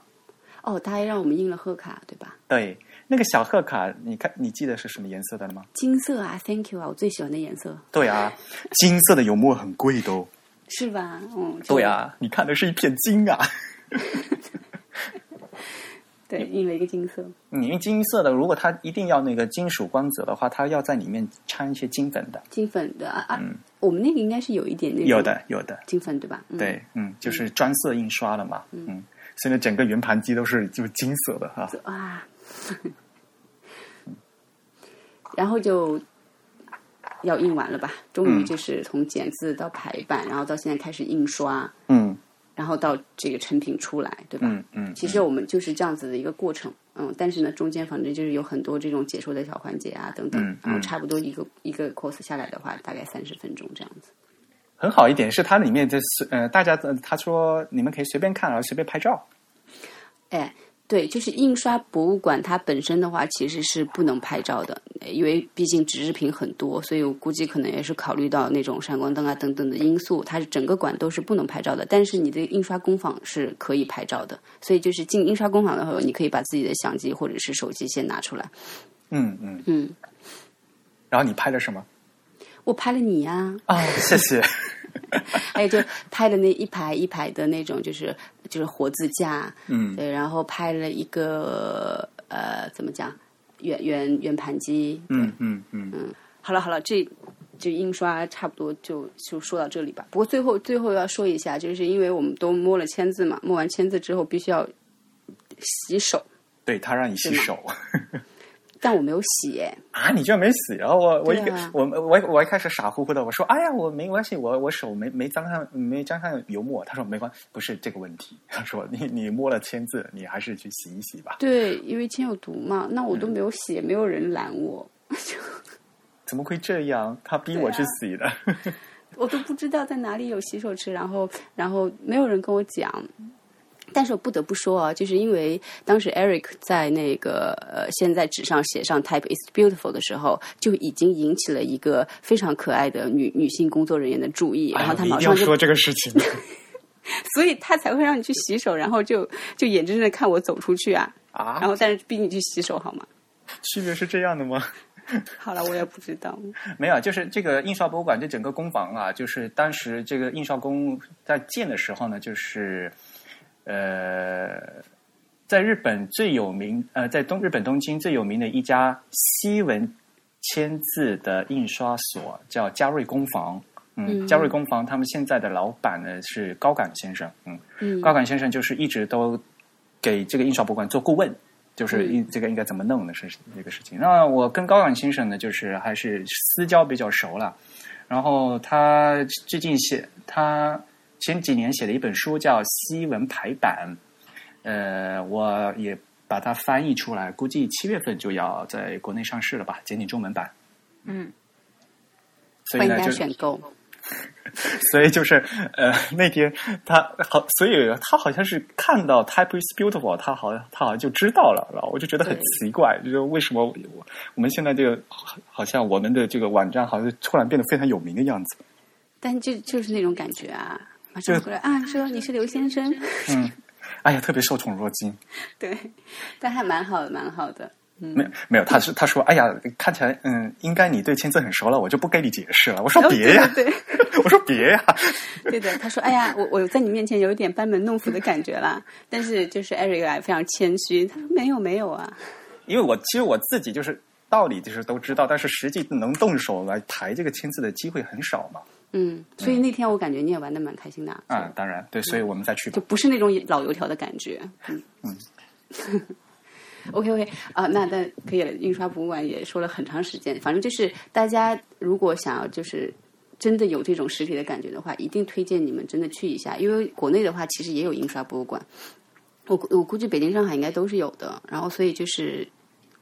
B: 哦，他还让我们印了贺卡，对吧？
A: 对，那个小贺卡，你看你记得是什么颜色的吗？
B: 金色啊，Thank you 啊，我最喜欢的颜色，
A: 对 啊，金色的油墨很贵的哦。
B: 是吧？嗯，这个
A: 对，啊，你看的是一片金啊。
B: 对，印了一个金色，
A: 你用金色的，如果它一定要那个金属光泽的话，它要在里面掺一些金粉的。
B: 金粉的啊啊，
A: 嗯
B: 我们那个应该是有一点那种
A: 有的，有的。
B: 金粉对吧？嗯、，
A: 对，嗯，就是专色印刷了嘛，嗯，所以呢，整个圆盘机都是就是金色的哈、
B: 啊， 然后就要印完了吧？终于
A: 嗯
B: 就是从剪字到排版，然后到现在开始印刷，
A: 嗯
B: 然后到这个成品出来，对吧？
A: 嗯嗯，
B: 其实我们就是这样子的一个过程，嗯，但是呢，中间反正就是有很多这种解说的小环节啊，等等，
A: 嗯
B: 然后
A: 嗯
B: 差不多一个一个 course 下来的话，大概三十分钟这样子。
A: 很好一点是它里面就是呃，大家呃他说你们可以随便看，然后随便拍照，
B: 哎，对，就是印刷博物馆它本身的话，其实是不能拍照的，因为毕竟纸制品很多，所以我估计可能也是考虑到那种闪光灯啊等等的因素，它是整个馆都是不能拍照的。但是你的印刷工坊是可以拍照的，所以就是进印刷工坊的时候，你可以把自己的相机或者是手机先拿出来。
A: 嗯嗯，
B: 嗯，
A: 然后你拍了什么
B: 我拍了你呀、
A: 啊？谢 谢，
B: 还有就拍的那一排一排的那种，就是就是活字架，
A: 嗯
B: 对，然后拍了一个呃，怎么讲，圆圆圆盘机。
A: 嗯嗯嗯，
B: 好了好了，这就印刷差不多就就说到这里吧。不过最后最后要说一下，就是因为我们都摸了签字嘛，摸完签字之后必须要洗手，
A: 对他让你洗手
B: 但我没有洗哎，
A: 啊，你居然没洗，然后我我一
B: 对
A: 个、
B: 啊
A: 我我我一开始傻乎乎的，我说哎呀，我没关系，我我手没没沾上没沾上油墨，他说没关，不是这个问题，他说你你摸了签字，你还是去洗一洗吧，
B: 对，因为签有毒嘛，那我都没有洗，也没有人拦我。
A: 怎么会这样？他逼
B: 啊
A: 我去洗的。
B: 我都不知道在哪里有洗手池，然后然后没有人跟我讲。但是我不得不说啊，就是因为当时 Eric 在那个呃，现在纸上写上 “Type is beautiful” 的时候，就已经引起了一个非常可爱的女女性工作人员的注意，然后他
A: 哎呀我
B: 马
A: 一定要
B: 上就，
A: 说这个事 情。
B: 所以他才会让你去洗手，然后就就眼睁睁的看我走出去啊，
A: 啊
B: 然后但是逼你去洗手好吗？
A: 区别是这样的吗？
B: 好了，我也不知道，
A: 没有，就是这个印刷博物馆这整个工坊啊，就是当时这个印刷工在建的时候呢，就是呃，在日本最有名呃，在东日本东京最有名的一家西文签字的印刷所叫嘉瑞工坊。嗯，
B: 嗯
A: 嘉瑞工坊他们现在的老板呢是高岗先生。嗯，
B: 嗯
A: 高岗先生就是一直都给这个印刷博物馆做顾问，就是应这个应该怎么弄的是这个事情。那我跟高岗先生呢，就是还是私交比较熟了。然后他最近写，他前几年写了一本书叫《西文排版》，呃，我也把它翻译出来，估计七月份就要在国内上市了吧，简体中文版。
B: 嗯，
A: 所
B: 欢
A: 以
B: 迎
A: 呢，
B: 大家
A: 就
B: 选购，
A: 所以就是呃，那天他好，所以他好像是看到 Type is beautiful，他好像他好像就知道了，然后我就觉得很
B: 对
A: 奇怪，就是为什么我我们现在这个好好像我们的这个网站好像突然变得非常有名的样子。
B: 但就就是那种感觉啊，马
A: 就
B: 上过来啊，说你是刘先生。
A: 嗯，哎呀，特别受宠若惊。
B: 嗯 对，但还蛮好的，蛮好的。
A: 没有没有，他是他说，哎呀，看起来嗯，应该你对签字很熟了，我就不跟你解释了。我说
B: 哦
A: 别呀，
B: 对对
A: 我说别呀，
B: 对对的，他说：“哎呀，我我在你面前有一点班门弄斧的感觉啦。”但是就是 Eric 啊非常谦虚，他说：“没有没有啊，
A: 因为我其实我自己就是道理就是都知道，但是实际能动手来排这个签字的机会很少嘛。
B: 嗯。”所以那天我感觉你也玩的蛮开心的啊，
A: 啊，当然，对，所以我们再去吧
B: 就。不是那种老油条的感觉。嗯
A: 嗯
B: OK OK 啊、那那可以了。印刷博物馆也说了很长时间，反正就是大家如果想要就是真的有这种实体的感觉的话，一定推荐你们真的去一下，因为国内的话其实也有印刷博物馆，我估我估计北京、上海应该都是有的。然后所以就是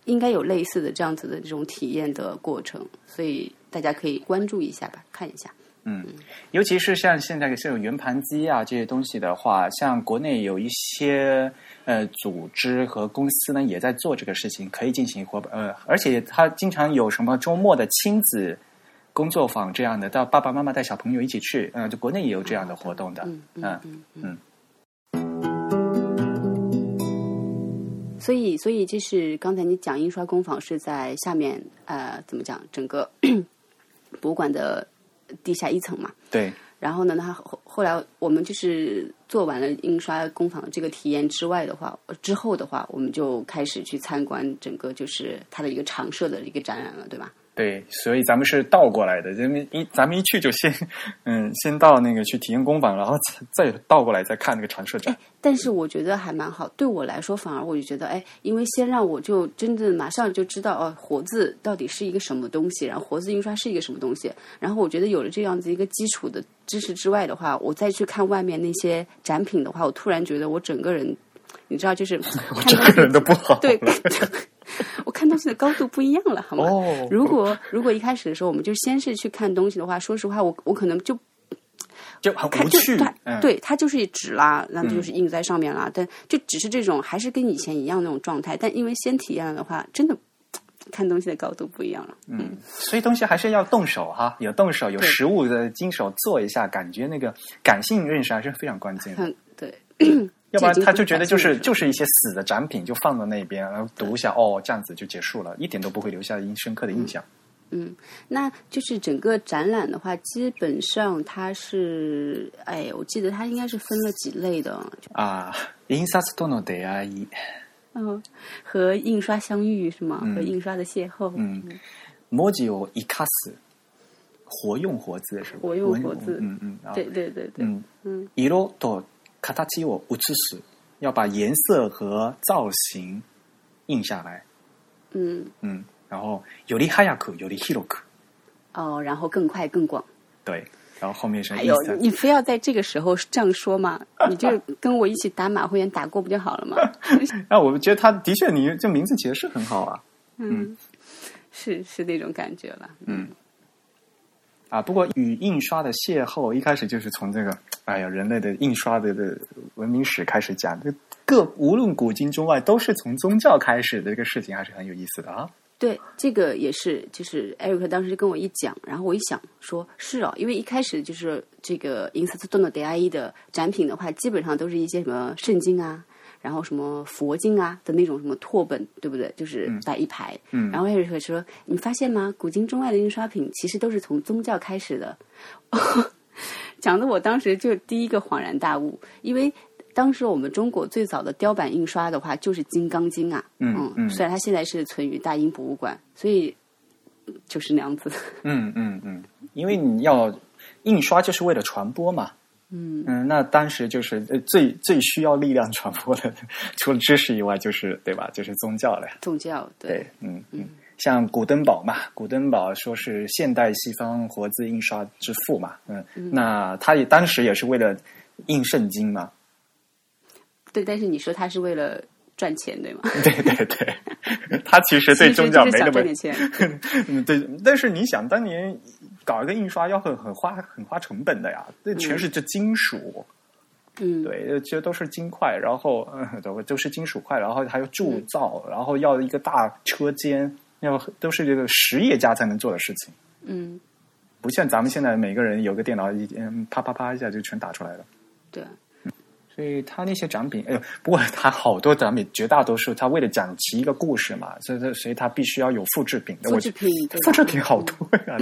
B: 应该有类似的这样子的这种体验的过程，所以大家可以关注一下吧，看一下。
A: 嗯，尤其是像现在的这种圆盘机啊这些东西的话，像国内有一些呃组织和公司呢也在做这个事情，可以进行活呃，而且他经常有什么周末的亲子工作坊这样的，到爸爸妈妈带小朋友一起去，嗯、呃，就国内也有这样的活动的，
B: 嗯
A: 嗯
B: 嗯
A: 嗯。
B: 所以，所以就是刚才你讲印刷工坊是在下面呃，怎么讲，整个 博物馆的地下一层嘛。
A: 对，
B: 然后呢，他后后来我们就是做完了印刷工坊这个体验之外的话，呃之后的话，我们就开始去参观整个就是它的一个常设的一个展览了，对吧？
A: 对，所以咱们是倒过来的，咱们一咱们一去就先，嗯，先到那个去体验工坊，然后再再倒过来再看那个传说展。
B: 但是我觉得还蛮好，对我来说反而我就觉得，哎，因为先让我就真正马上就知道，哦，活字到底是一个什么东西，然后活字印刷是一个什么东西。然后我觉得有了这样子一个基础的知识之外的话，我再去看外面那些展品的话，我突然觉得我整个人，你知 道，就是我
A: 这个人都不好了。
B: 对， 我看东西的高度不一样了，好吗？
A: 哦，
B: 如果如果一开始的时候我们就先是去看东西的话，说实话，我我可能就
A: 就很
B: 看
A: 无
B: 就
A: 趣
B: 它。
A: 嗯，
B: 对它就是纸啦，那就是印在上面啦，但就只是这种还是跟以前一样那种状态，但因为先体验了的话，真的看东西的高度不一样了。
A: 嗯，所以东西还是要动手哈，有动手，有
B: 对
A: 实物的经手做一下，感觉那个感性认识还是非常关键的。
B: 看对，
A: 要不然
B: 嗯这已经
A: 他就觉得就是
B: 不是
A: 就是一些死的展品就放到那边，然后读一下哦，这样子就结束了，一点都不会留下印深刻的印象。
B: 那就是整个展览的话，基本上它是，哎，我记得它应该是分了几类的，
A: 啊，印刷との出会い。
B: 嗯，和印刷相遇是吗？
A: 嗯
B: 和印刷的邂逅，
A: 嗯，文字を生かす，活用活字是吧？
B: 活用活字
A: 嗯嗯，啊
B: 对对对对，
A: 嗯，
B: 嗯
A: 色と形を写す，要把颜色和造型印下来。
B: 嗯
A: 嗯，然后より早く、より広く，
B: 哦，然后更快更广。
A: 对，然后后面是
B: 哎
A: 意
B: 呦，
A: 思
B: 你非要在这个时候这样 说嘛？你就跟我一起打马虎眼打过不就好了吗？
A: 啊，我觉得他的确，你这名字起的是很好啊，
B: 嗯，是是那种感觉了。
A: 嗯。啊，不过与印刷的邂逅，一开始就是从这个，哎呀，人类的印刷的的文明史开始讲，这各无论古今中外，都是从宗教开始的这个事情，还是很有意思的啊。
B: 对，这个也是，就是艾瑞克当时跟我一讲，然后我一想说，是哦，因为一开始就是这个 i n s t i t u t o d e i 的展品的话，基本上都是一些什么圣经啊，然后什么佛经啊的那种什么拓本，对不对？就是摆一排。
A: 嗯
B: 然后艾瑞克说，你发现吗？古今中外的印刷品其实都是从宗教开始的。 讲的我当时就第一个恍然大悟，因为当时我们中国最早的雕版印刷的话，就是《金刚经》啊，
A: 嗯嗯
B: 虽然它现在是存于大英博物馆，所以嗯就是那样子的。
A: 嗯嗯嗯，因为你要印刷就是为了传播嘛。
B: 嗯
A: 嗯，那当时就是呃最最需要力量传播的， 除了知识以外，就是对吧？就是宗教了呀。
B: 宗教对
A: 对，嗯嗯，像古登堡嘛，古登堡说是现代西方活字印刷之父嘛，嗯，那他也当时也是为了印圣经嘛，
B: 对但是你说它是为了赚钱，对 吗？
A: 对对对， 他其实对
B: 其实
A: 宗
B: 就
A: 教
B: 是
A: 没那
B: 想
A: 么
B: 赚点钱。
A: 嗯，对，但是你想，当年搞一个印刷要很很花很花成本的呀，那全是这金属，
B: 嗯，
A: 对，其实都是金块，然后嗯，都都是金属块，然后还有铸
B: 嗯
A: 造，然后要一个大车间，要都是这个实业家才能做的事情，
B: 嗯，
A: 不像咱们现在每个人有个电脑一嗯啪啪啪一下就全打出来了。
B: 对，
A: 所以他那些展品，哎呦，不过他好多展品，绝大多数他为了讲其一个故事嘛，所以他所以他必须要有复制品的。
B: 复
A: 我
B: 制
A: 觉
B: 品对吧
A: 复制品好多呀、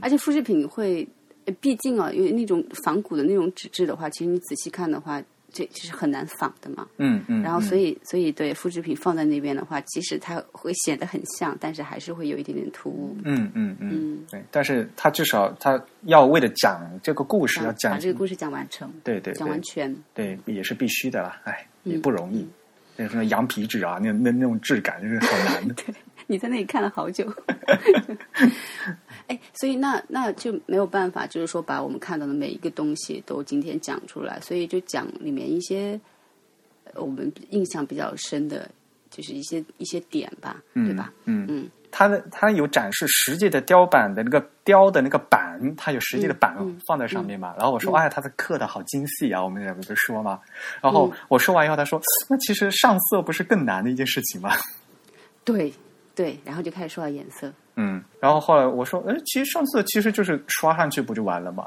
B: 而且复制品会，呃毕竟啊，因为那种仿古的那种纸质的话，其实你仔细看的话，这这是很难仿的嘛。
A: 嗯嗯。
B: 然后，所
A: 以
B: 以，所以对复制品放在那边的话，其实它会显得很像，但是还是会有一点点突兀。
A: 嗯嗯嗯，
B: 嗯，
A: 对，但是他至少他要为了讲这个故事，要
B: 啊把
A: 讲
B: 这个故事讲完成，
A: 对对
B: 讲完
A: 对
B: 全。
A: 对，也是必须的啦，哎，
B: 嗯
A: 也不容易。那什么羊皮纸啊，那那那种质感是好难的。
B: 你在那里看了好久，哎，所以那那就没有办法，就是说把我们看到的每一个东西都今天讲出来，所以就讲里面一些呃我们印象比较深的就是一些一些点吧，对吧？
A: 嗯，
B: 嗯，
A: 它的它有展示实际的雕版的那个雕的那个板，它有实际的板
B: 嗯嗯嗯
A: 放在上面嘛。然后我说，哎，它的刻的好精细啊，我们两个就说嘛。然
B: 嗯
A: 后我说完以后，他说，那其实上色不是更难的一件事情吗？
B: 对对，然后就开始说到颜色，
A: 嗯，然后后来我说，哎，其实上色其实就是刷上去不就完了吗？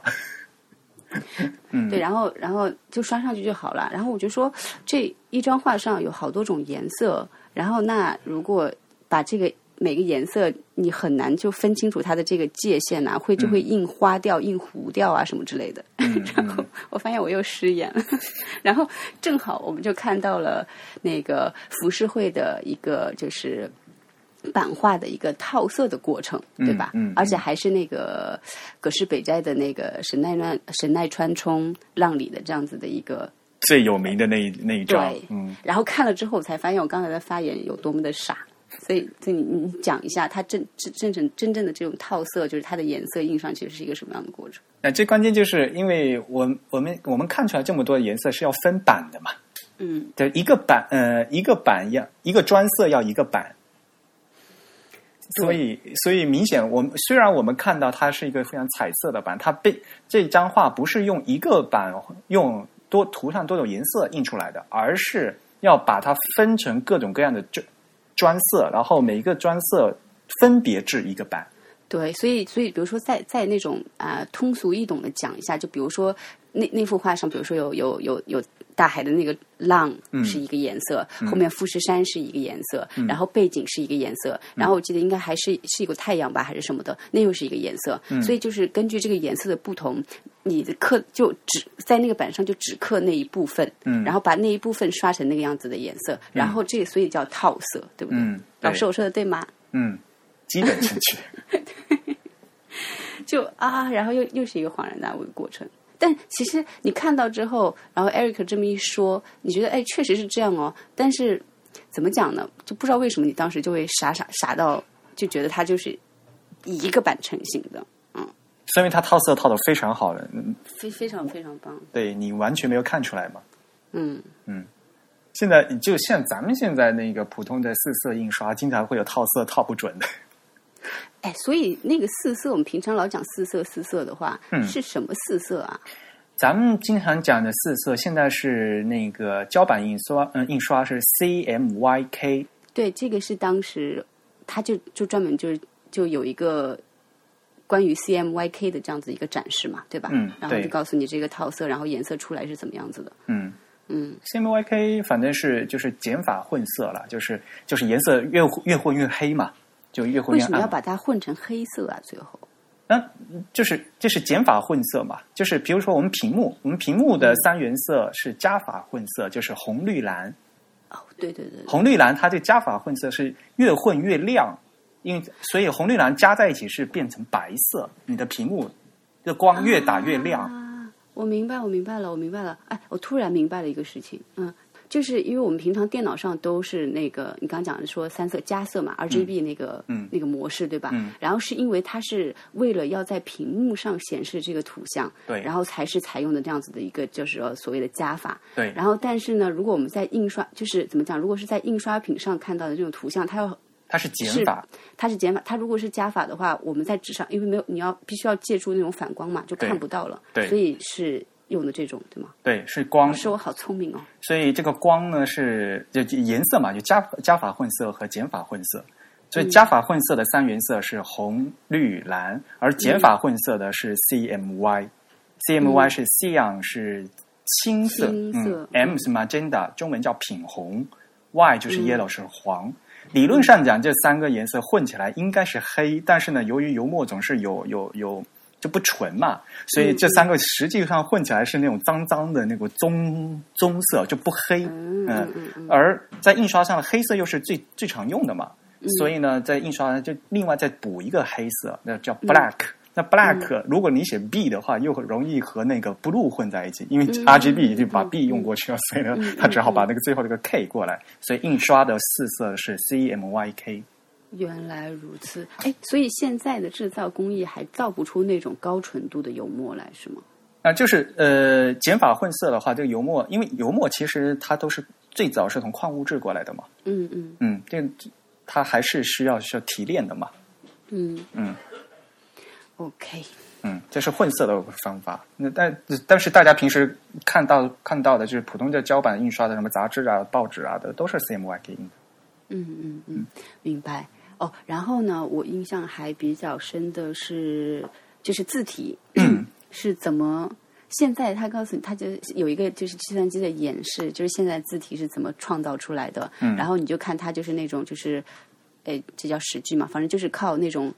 B: 对，然后然后就刷上去就好了。然后我就说，这一张画上有好多种颜色，然后那如果把这个每个颜色你很难就分清楚它的这个界限呐、会就会印花掉、印糊掉啊什么之类的。
A: 嗯
B: 然后我发现我又失言了， 然后正好我们就看到了那个浮世绘的一个就是。版画的一个套色的过程，对吧？
A: 嗯嗯
B: 而且还是那个葛饰北斋的那个神奈川神奈川冲浪里的这样子的一个，
A: 最有名的那一那一张
B: 对，
A: 嗯，
B: 然后看了之后我才发现我刚才的发言有多么的傻。所以，所以你你讲一下，它真真真正真正的这种套色，就是它的颜色印上去是一个什么样的过程？
A: 那最关键就是因为我我们我们看出来这么多颜色是要分版的嘛，
B: 嗯，
A: 对，一个版呃一个版要一个专色要一个版，所以所以明显我们虽然我们看到它是一个非常彩色的版，它被这张画不是用一个版用多涂上多种颜色印出来的，而是要把它分成各种各样的专专色，然后每一个专色分别制一个版。
B: 对，所以所以，比如说在在那种啊、呃通俗易懂的讲一下，就比如说那那幅画上，比如说有有有有大海的那个浪
A: 嗯
B: 是一个颜色，后面富士山是一个颜色，然后背景是一个颜色，
A: 嗯
B: 然后我记得应该还是是一个太阳吧，还是什么的，那又是一个颜色。
A: 嗯
B: 所以就是根据这个颜色的不同，你的刻就只在那个板上就只刻那一部分，
A: 嗯
B: 然后把那一部分刷成那个样子的颜色，然后这个所以叫套色，对不对？
A: 嗯对
B: 老师，我说的对吗？
A: 嗯，基本正确。
B: 就啊，然后又又是一个恍然大悟的过程。但其实你看到之后，然后 Eric 这么一说，你觉得哎，确实是这样哦。但是怎么讲呢？就不知道为什么你当时就会傻傻傻到就觉得它就是一个版成型的，
A: 说明他套色套的非常好了，嗯
B: 非非常非常棒。
A: 对你完全没有看出来嘛。
B: 嗯，
A: 现在就像咱们现在那个普通的四色印刷，经常会有套色套不准的。
B: 哎，所以那个四色，我们平常老讲四色四色的话，是什么四色啊？
A: 咱们经常讲的四色，现在是那个胶板印刷，嗯，印刷是 CMYK，
B: 对，这个是当时他就就专门就是就有一个关于 CMYK 的这样子一个展示嘛，对吧？
A: 嗯
B: 然后
A: 对
B: 就告诉你这个套色，然后颜色出来是怎么样子的。
A: 嗯
B: 嗯
A: ，CMYK 反正是就是减法混色了，就是就是颜色越越混越黑嘛，就越混
B: 为
A: 越
B: 什么要
A: 暗嘛。
B: 把它混成黑色啊？最后，
A: 那就是就是减法混色嘛，就是比如说我们屏幕，我们屏幕的三原色是加法混色，就是红绿蓝。
B: 哦，对对对，
A: 红绿蓝它这加法混色是越混越亮，因为所以红绿蓝加在一起是变成白色，你的屏幕的光越打越亮。
B: 啊，我明白，我明白了，我明白了。哎，我突然明白了一个事情，嗯，就是因为我们平常电脑上都是那个你刚讲的说三色加色嘛，RGB 那个、
A: 嗯
B: 那个模式对吧？
A: 嗯
B: 然后是因为它是为了要在屏幕上显示这个图像，
A: 对
B: 然后才是采用的这样子的一个就是说所谓的加法。
A: 对，
B: 然后，但是呢，如果我们在印刷，就是怎么讲？如果是在印刷品上看到的这种图像，它要
A: 它是减法，
B: 它是减法，它如果是加法的话，我们在纸上，因为没有你要必须要借助那种反光嘛，就
A: 对
B: 看不到了，
A: 对
B: 所以是用的这种，对吗？
A: 对，是光
B: 老，师，我好聪明哦，
A: 所以这个光呢是就就颜色嘛，就加加法混色和减法混色。所
B: 嗯
A: 以加法混色的三原色是红、绿、蓝，而减法混色的是 CMY。CMY 是 cyan 是青色，
B: 嗯青色
A: 嗯、M 是 magenta，中文叫品红，Y 就是
B: 嗯
A: yellow 是黄。理论上讲，这三个颜色混起来应该是黑，但是呢，由于油墨总是有有有就不纯嘛，所
B: 嗯
A: 以这三个实际上混起来是那种脏脏的那个棕棕色，就不黑。
B: 嗯嗯嗯嗯，
A: 而在印刷上，黑色又是最最常用的嘛，
B: 嗯
A: 所以呢，在印刷上就另外再补一个黑色，那叫
B: 嗯
A: black。那 black 如果你写 B 的话，又很容易和那个 blue 混在一起，因为
B: 嗯
A: RGB 已经把 B 用过去了，所以呢，它只好把那个最后那个 K 过来，所以印刷的四色是 CMYK。
B: 原来如此，哎，所以现在的制造工艺还造不出那种高纯度的油墨来，是吗？
A: 啊、就是呃，减法混色的话，这个油墨，因为油墨其实它都是最早是从矿物质过来的嘛，
B: 嗯嗯
A: 嗯，这个它还是需要需要提炼的嘛，
B: 嗯
A: 嗯
B: ，OK，
A: 嗯，这是混色的方法。那但但是大家平时看到看到的就是普通的胶版印刷的什么杂志啊、报纸啊的，都是 CMYK 印的。
B: 嗯嗯嗯，明白。哦，然后呢，我印象还比较深的是，就是字体是怎么。现在他告诉你，他就有一个就是计算机的演示，就是现在字体是怎么创造出来的。
A: 嗯
B: 然后你就看它就是那种就是，呃，这叫史句嘛，反正就是靠那种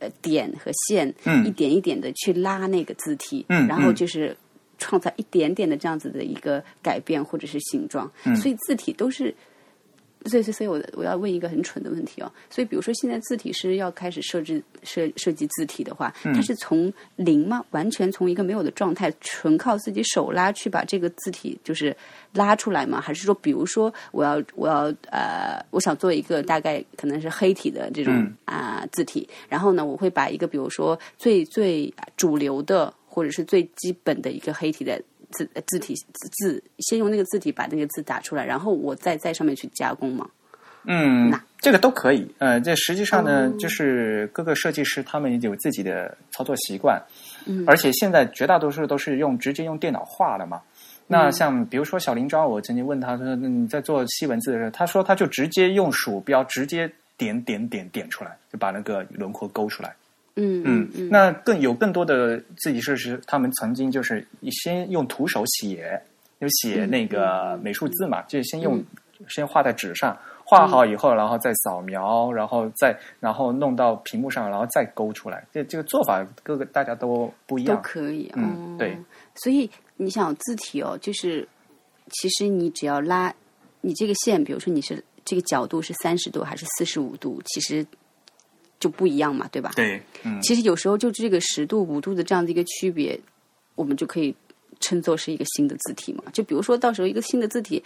B: 呃点和线，
A: 嗯
B: 一点一点的去拉那个字体，
A: 嗯
B: 然后
A: 嗯
B: 就是创造一点点的这样子的一个改变或者是形状。
A: 嗯
B: 所以字体都是所以，所以，所以我我要问一个很蠢的问题哦。所以，比如说现在字体师要开始设置设设计字体的话，他是从零吗？完全从一个没有的状态，纯靠自己手拉去把这个字体就是拉出来吗？还是说，比如说我要我要呃，我想做一个大概可能是黑体的这种
A: 嗯
B: 啊、字体，然后呢，我会把一个比如说最最主流的或者是最基本的一个黑体的字呃字体字字，先用那个字体把那个字打出来，然后我再在上面去加工嘛。
A: 嗯
B: 那，
A: 这个都可以。呃，这实际上呢，
B: 哦
A: 就是各个设计师他们有自己的操作习惯，
B: 嗯
A: 而且现在绝大多数都是用直接用电脑画了嘛。
B: 嗯
A: 那像比如说小林章，我曾经问他说嗯那你在做西文字的时候，他说他就直接用鼠标直接点点点点出来，就把那个轮廓勾出来。
B: 嗯
A: 嗯
B: 嗯，嗯，
A: 那更有更多的自己设计师，他们曾经就是先用徒手写，就写
B: 嗯
A: 那个美术字嘛，就先用、先画在纸上，画好以后，然后再扫描，然后再然后弄到屏幕上，然后再勾出来。这这个做法各个大家都不一
B: 都
A: 样。
B: 可以。
A: 嗯
B: 哦、
A: 对。
B: 所以你想字体哦，就是其实你只要拉你这个线，比如说你是这个角度是三十度还是四十五度，其实就不一样嘛，对吧？
A: 对，嗯，
B: 其实有时候就这个十度五度的这样的一个区别，我们就可以称作是一个新的字体嘛。就比如说到时候一个新的字体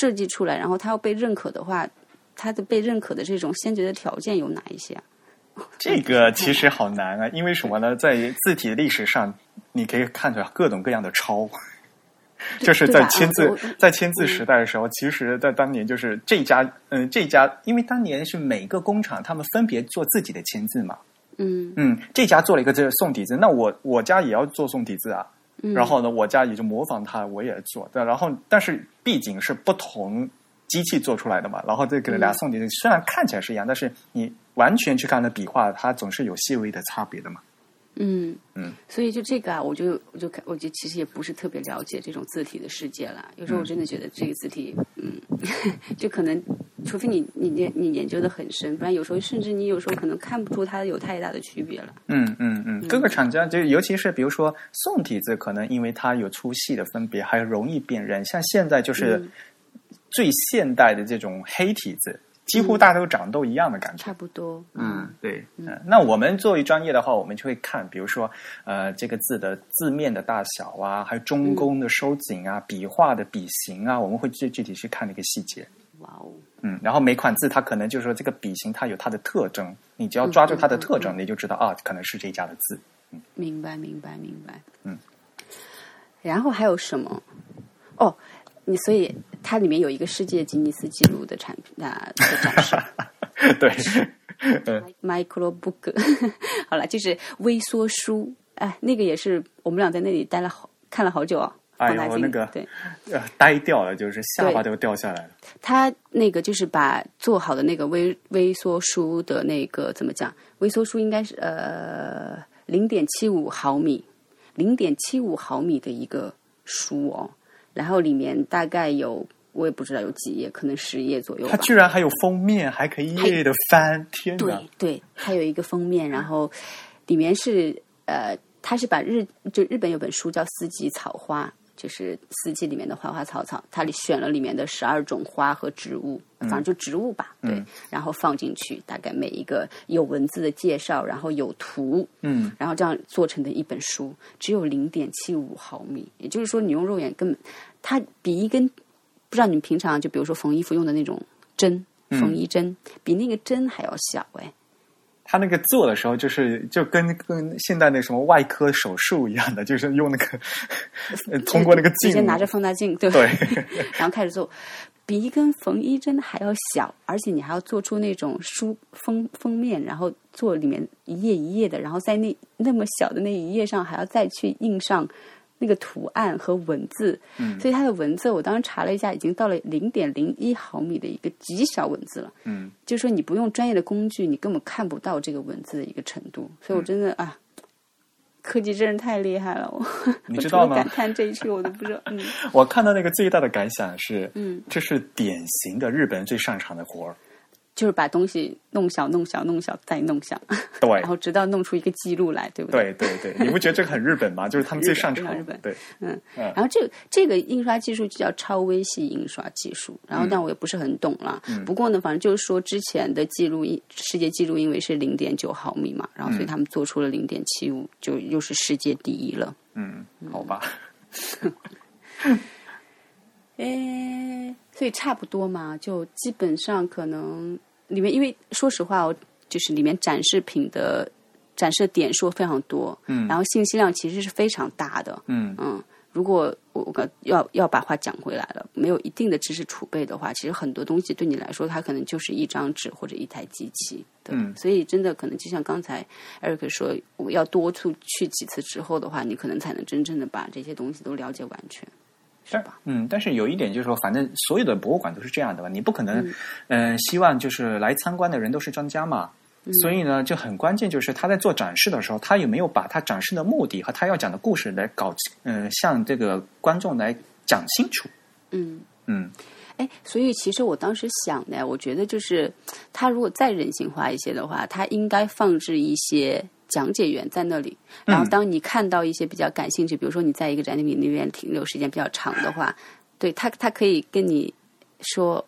B: 设计出来，然后它要被认可的话，它的被认可的这种先决的条件有哪一些啊？
A: 这个其实好难啊，因为什么呢？在字体历史上，你可以看出来各种各样的抄。就是
B: 对吧
A: 在签字
B: 啊我，
A: 在签字时代的时候，其实，在当年就是这家，嗯、这家，因为当年是每个工厂他们分别做自己的签字嘛，
B: 嗯
A: 嗯，这家做了一个这个宋体字，那我我家也要做宋体字啊，
B: 嗯，
A: 然后呢，我家也就模仿它，我也做，对，然后但是毕竟是不同机器做出来的嘛，然后这个
B: 嗯
A: 俩宋体字虽然看起来是一样，但是你完全去看它笔画，它总是有细微的差别的嘛，
B: 嗯
A: 嗯，
B: 所以就这个啊，我就我就看，我就其实也不是特别了解这种字体的世界了。有时候我真的觉得这个字体，嗯， 就可能，除非你你你你研究的很深，不然有时候甚至你有时候可能看不出它有太大的区别了。
A: 嗯嗯嗯，各个厂家就尤其是比如说宋体字，可能因为它有粗细的分别，还容易辨认。像现在就是
B: 嗯
A: 最现代的这种黑体字，几乎大家都长都一样的感觉。
B: 差不多，
A: 嗯，对，嗯，那我们作为专业的话，我们就会看，比如说，呃，这个字的字面的大小啊，还有中宫的收紧啊，笔画的笔形啊，我们会具具体去看那个细节。
B: 哇哦，
A: 嗯，然后每款字它可能就是说这个笔形它有它的特征，你只要抓住它的特征，你就知道啊，可能是这家的字。
B: 明白，明白，明白。
A: 嗯。
B: 然后还有什么？哦，你所以它里面有一个世界吉尼斯纪录的产品啊、的 展示
A: 对，
B: ，micro book，好 了，就是微缩书。哎，那个也是我们俩在那里待了好看了好久啊、
A: 哎
B: 放大
A: 呦
B: 镜
A: 那个
B: 对
A: 呃，呆掉了，就是下巴都掉下来了。
B: 他那个就是把做好的那个微微缩书的那个怎么讲？微缩书应该是呃零点七五毫米，零点七五毫米的一个书哦，然后里面大概有我也不知道有几页，可能十页左右
A: 它
B: 吧。
A: 居然还有封面，还可以一页的翻，天
B: 对
A: 哪！
B: 对，它有一个封面，然后里面是呃，它是把日就日本有本书叫《四季草花》，就是四季里面的花花草草，它里选了里面的十二种花和植物，反正就植物吧，对，
A: 嗯
B: 然后放进去，大概每一个有文字的介绍，然后有图，
A: 嗯，
B: 然后这样做成的一本书，只有零点七五毫米，也就是说你用肉眼根本，它比一根不知道你们平常就比如说缝衣服用的那种针，缝衣针、比那个针还要小哎，
A: 他那个做的时候，就是就跟跟现代那什么外科手术一样的，就是用那 个呃通过那个
B: 直
A: 镜
B: 接拿着放大镜，对吧？
A: 对
B: 然后开始做，比一根缝衣针还要小，而且你还要做出那种书封封面，然后做里面一页一页的，然后在那那么小的那一页上还要再去印上那个图案和文字，
A: 嗯
B: 所以它的文字我当时查了一下，已经到了零点零一毫米的一个极小文字了。
A: 嗯
B: 就是说你不用专业的工具，你根本看不到这个文字的一个程度。所
A: 嗯
B: 以我真的、啊，科技真是太厉害了，我
A: 你
B: 我
A: 知
B: 除
A: 道
B: 了
A: 吗
B: 感叹这一句，我都不知道。嗯
A: 我看到那个最大的感想是，
B: 嗯，
A: 这是典型的日本人最擅长的活儿。
B: 就是把东西弄小、弄小、弄小，再弄小，
A: 对
B: 然后直到弄出一个记录来，对不对？
A: 对对对，你不觉得这个很日本吗？就是他们最擅长
B: 日本
A: 对，
B: 嗯然后这这个印刷技术就叫超微细印刷技术，然后但我也不是很懂啦。不过呢，反正就是说之前的记录因世界纪录因为是零点九毫米嘛，然后所以他们做出了零点七五，就又是世界第一了。
A: 嗯，好吧，
B: 诶，所以差不多嘛，就基本上可能里面，因为说实话哦，就是里面展示品的展示点数非常多，
A: 嗯
B: 然后信息量其实是非常大的，
A: 嗯
B: 嗯，如果我我刚要要把话讲回来了，没有一定的知识储备的话，其实很多东西对你来说，它可能就是一张纸或者一台机器。对，
A: 嗯
B: 所以真的可能就像刚才 Eric 说，我要多出去几次之后的话，你可能才能真正的把这些东西都了解完全。
A: 但嗯，但是有一点就是说，反正所有的博物馆都是这样的吧，你不可能，嗯、希望就是来参观的人都是专家嘛。所以呢，就很关键，就是他在做展示的时候，他有没有把他展示的目的和他要讲的故事来搞，嗯、向这个观众来讲清楚。
B: 嗯，
A: 嗯
B: 哎，所以其实我当时想呢，我觉得就是它如果再人性化一些的话，它应该放置一些讲解员在那里。然
A: 嗯
B: 后，当你看到一些比较感兴趣，比如说你在一个展品里面停留时间比较长的话，对他，他可以跟你说，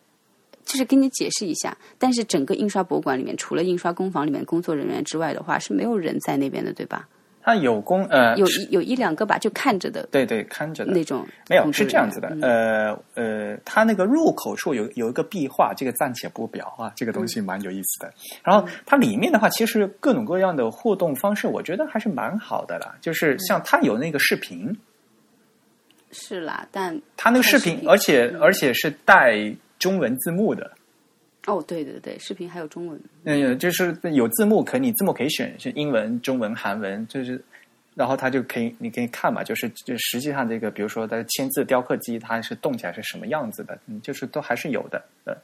B: 就是跟你解释一下。但是，整个印刷博物馆里面，除了印刷工坊里面工作人员之外的话，是没有人在那边的，对吧？
A: 他有功呃，
B: 有一有一两个吧，就看着的
A: 对对看着的
B: 那种
A: 没有
B: 工作
A: 是
B: 人员。
A: 这样子的，
B: 嗯
A: 呃呃，它那个入口处有有一个壁画，这个暂且不表啊，这个东西蛮有意思的。然
B: 嗯
A: 后它里面的话，其实各种各样的互动方式，我觉得还是蛮好的啦。
B: 嗯
A: 就是像它有那个视频，
B: 是啦，但
A: 它那个视
B: 看视
A: 频，
B: 频
A: 而且而且是带中文字幕的。
B: 哦，对对对，视频还有中文。
A: 嗯，就是有字幕，可以你字幕可以选是英文、中文、韩文，就是，然后它就可以你可以看嘛，就是就实际上这个，比如说它签字雕刻机，它是动起来是什么样子的，嗯，就是都还是有的，对。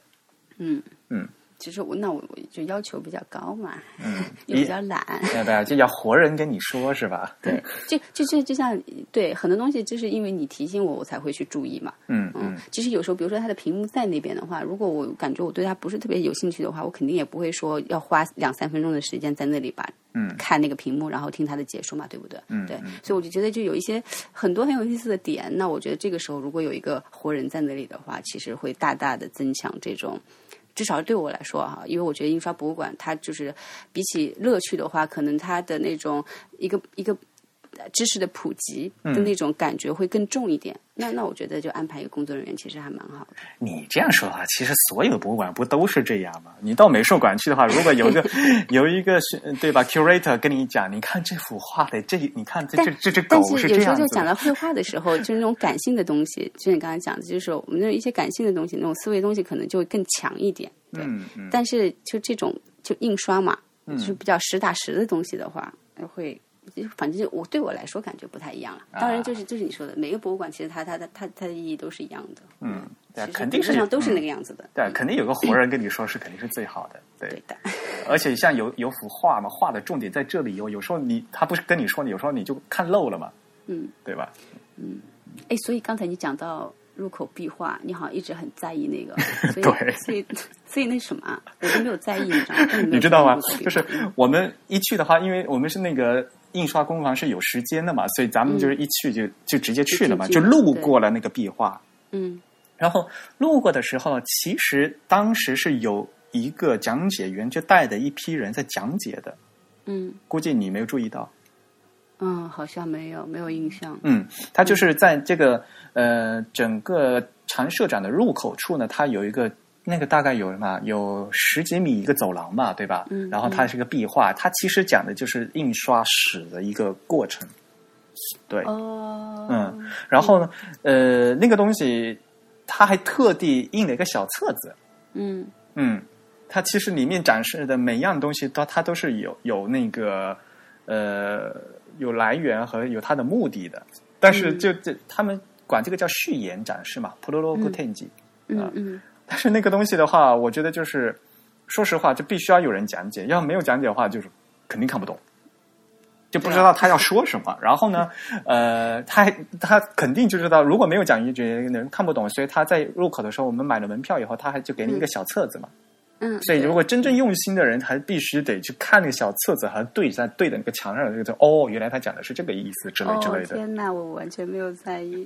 B: 嗯，
A: 嗯，
B: 其实我那我我就要求比较高嘛，
A: 嗯，
B: 也比较懒。
A: 对对，就要活人跟你说是吧？
B: 对，就就是就像对很多东西，就是因为你提醒我，我才会去注意嘛。
A: 嗯
B: 嗯
A: 嗯，
B: 其实有时候，比如说它的屏幕在那边的话，如果我感觉我对它不是特别有兴趣的话，我肯定也不会说要花两三分钟的时间在那里吧，
A: 嗯
B: 看那个屏幕，然后听他的解说嘛，对不对？
A: 嗯
B: 对
A: 嗯，
B: 所以我就觉得就有一些很多很有意思的点。那我觉得这个时候如果有一个活人在那里的话，其实会大大的增强这种。至少对我来说哈，因为我觉得印刷博物馆它就是比起乐趣的话，可能它的那种一个一个呃知识的普及
A: 嗯
B: 的那种感觉会更重一点。那那我觉得就安排一个工作人员其实还蛮好的。
A: 你这样说的话，其实所有博物馆不都是这样吗？你到美术馆去的话，如果有 一个有一个是对吧，curator 跟你讲，你看这幅画的这，你看这这这只狗
B: 但是
A: 这
B: 有时
A: 样
B: 候
A: 子
B: 就
A: 的，
B: 讲到绘画的时候，就是那种感性的东西，就你刚才讲的，就是我们那种一些感性的东西，那种思维的东西可能就会更强一点。对，
A: 嗯嗯，
B: 但是就这种就印刷嘛，就是比较实打实的东西的话，呃会。就反正我对我来说感觉不太一样了，当然
A: 啊
B: 就是就是你说的，每个博物馆其实它它它它它的意义都是一样的，
A: 嗯，对，
B: 其实
A: 肯定
B: 本质
A: 是嗯
B: 上都是那个样子的，
A: 对，啊肯定有个活人跟你说是肯定是最好的，对。
B: 对的。
A: 而且像有有幅画嘛，画的重点在这里有，有时候你他不是跟你说，有时候你就看漏了嘛，
B: 嗯，
A: 对吧？
B: 哎，所以刚才你讲到入口壁画，你好像一直很在意那 个，所以
A: 对
B: 所以所以那什么啊，我都没有在意，你知道吗？根本没有
A: 你知道 吗
B: 在意入口？壁
A: 就是我们一去的话，因为我们是那个印刷工坊是有时间的嘛，所以咱们就是一去就、嗯就直接去了嘛，
B: 就进
A: 就
B: 去
A: 路过了那个壁画。
B: 嗯
A: 然后路过的时候，其实当时是有一个讲解员就带着一批人在讲解的，
B: 嗯
A: 估计你没有注意到。
B: 嗯，好像没有没有印象，
A: 嗯，它就是在这个呃整个常设展的入口处呢，它有一个那个大概有什么？有十几米一个走廊吧，对吧？嗯、然后它是个壁画，它其实讲的就是印刷史的一个过程。对，
B: 哦，
A: 嗯，然后呢，呃，那个东西它还特地印了一个小册子。
B: 嗯
A: 嗯，它其实里面展示的每样东西都，它都是有有那个呃有来源和有它的目的的。但是就这、他们管这个叫序言展示嘛 p r o l o g u e t e n g
B: 嗯嗯
A: 但是那个东西的话，我觉得就是，说实话，就必须要有人讲解，要没有讲解的话，就是肯定看不懂，就不知道他要说什么。然后呢，呃，他他肯定就知道，如果没有讲一句，人看不懂，所以他在入口的时候，我们买了门票以后，他还就给你一个小册子嘛。
B: 嗯，
A: 所以如果真正用心的人，还必须得去看那个小册子，还对一下对的那个墙上的这个，哦，原来他讲的是这个意思之类之类的。
B: 哦、天哪，我完全没有在意。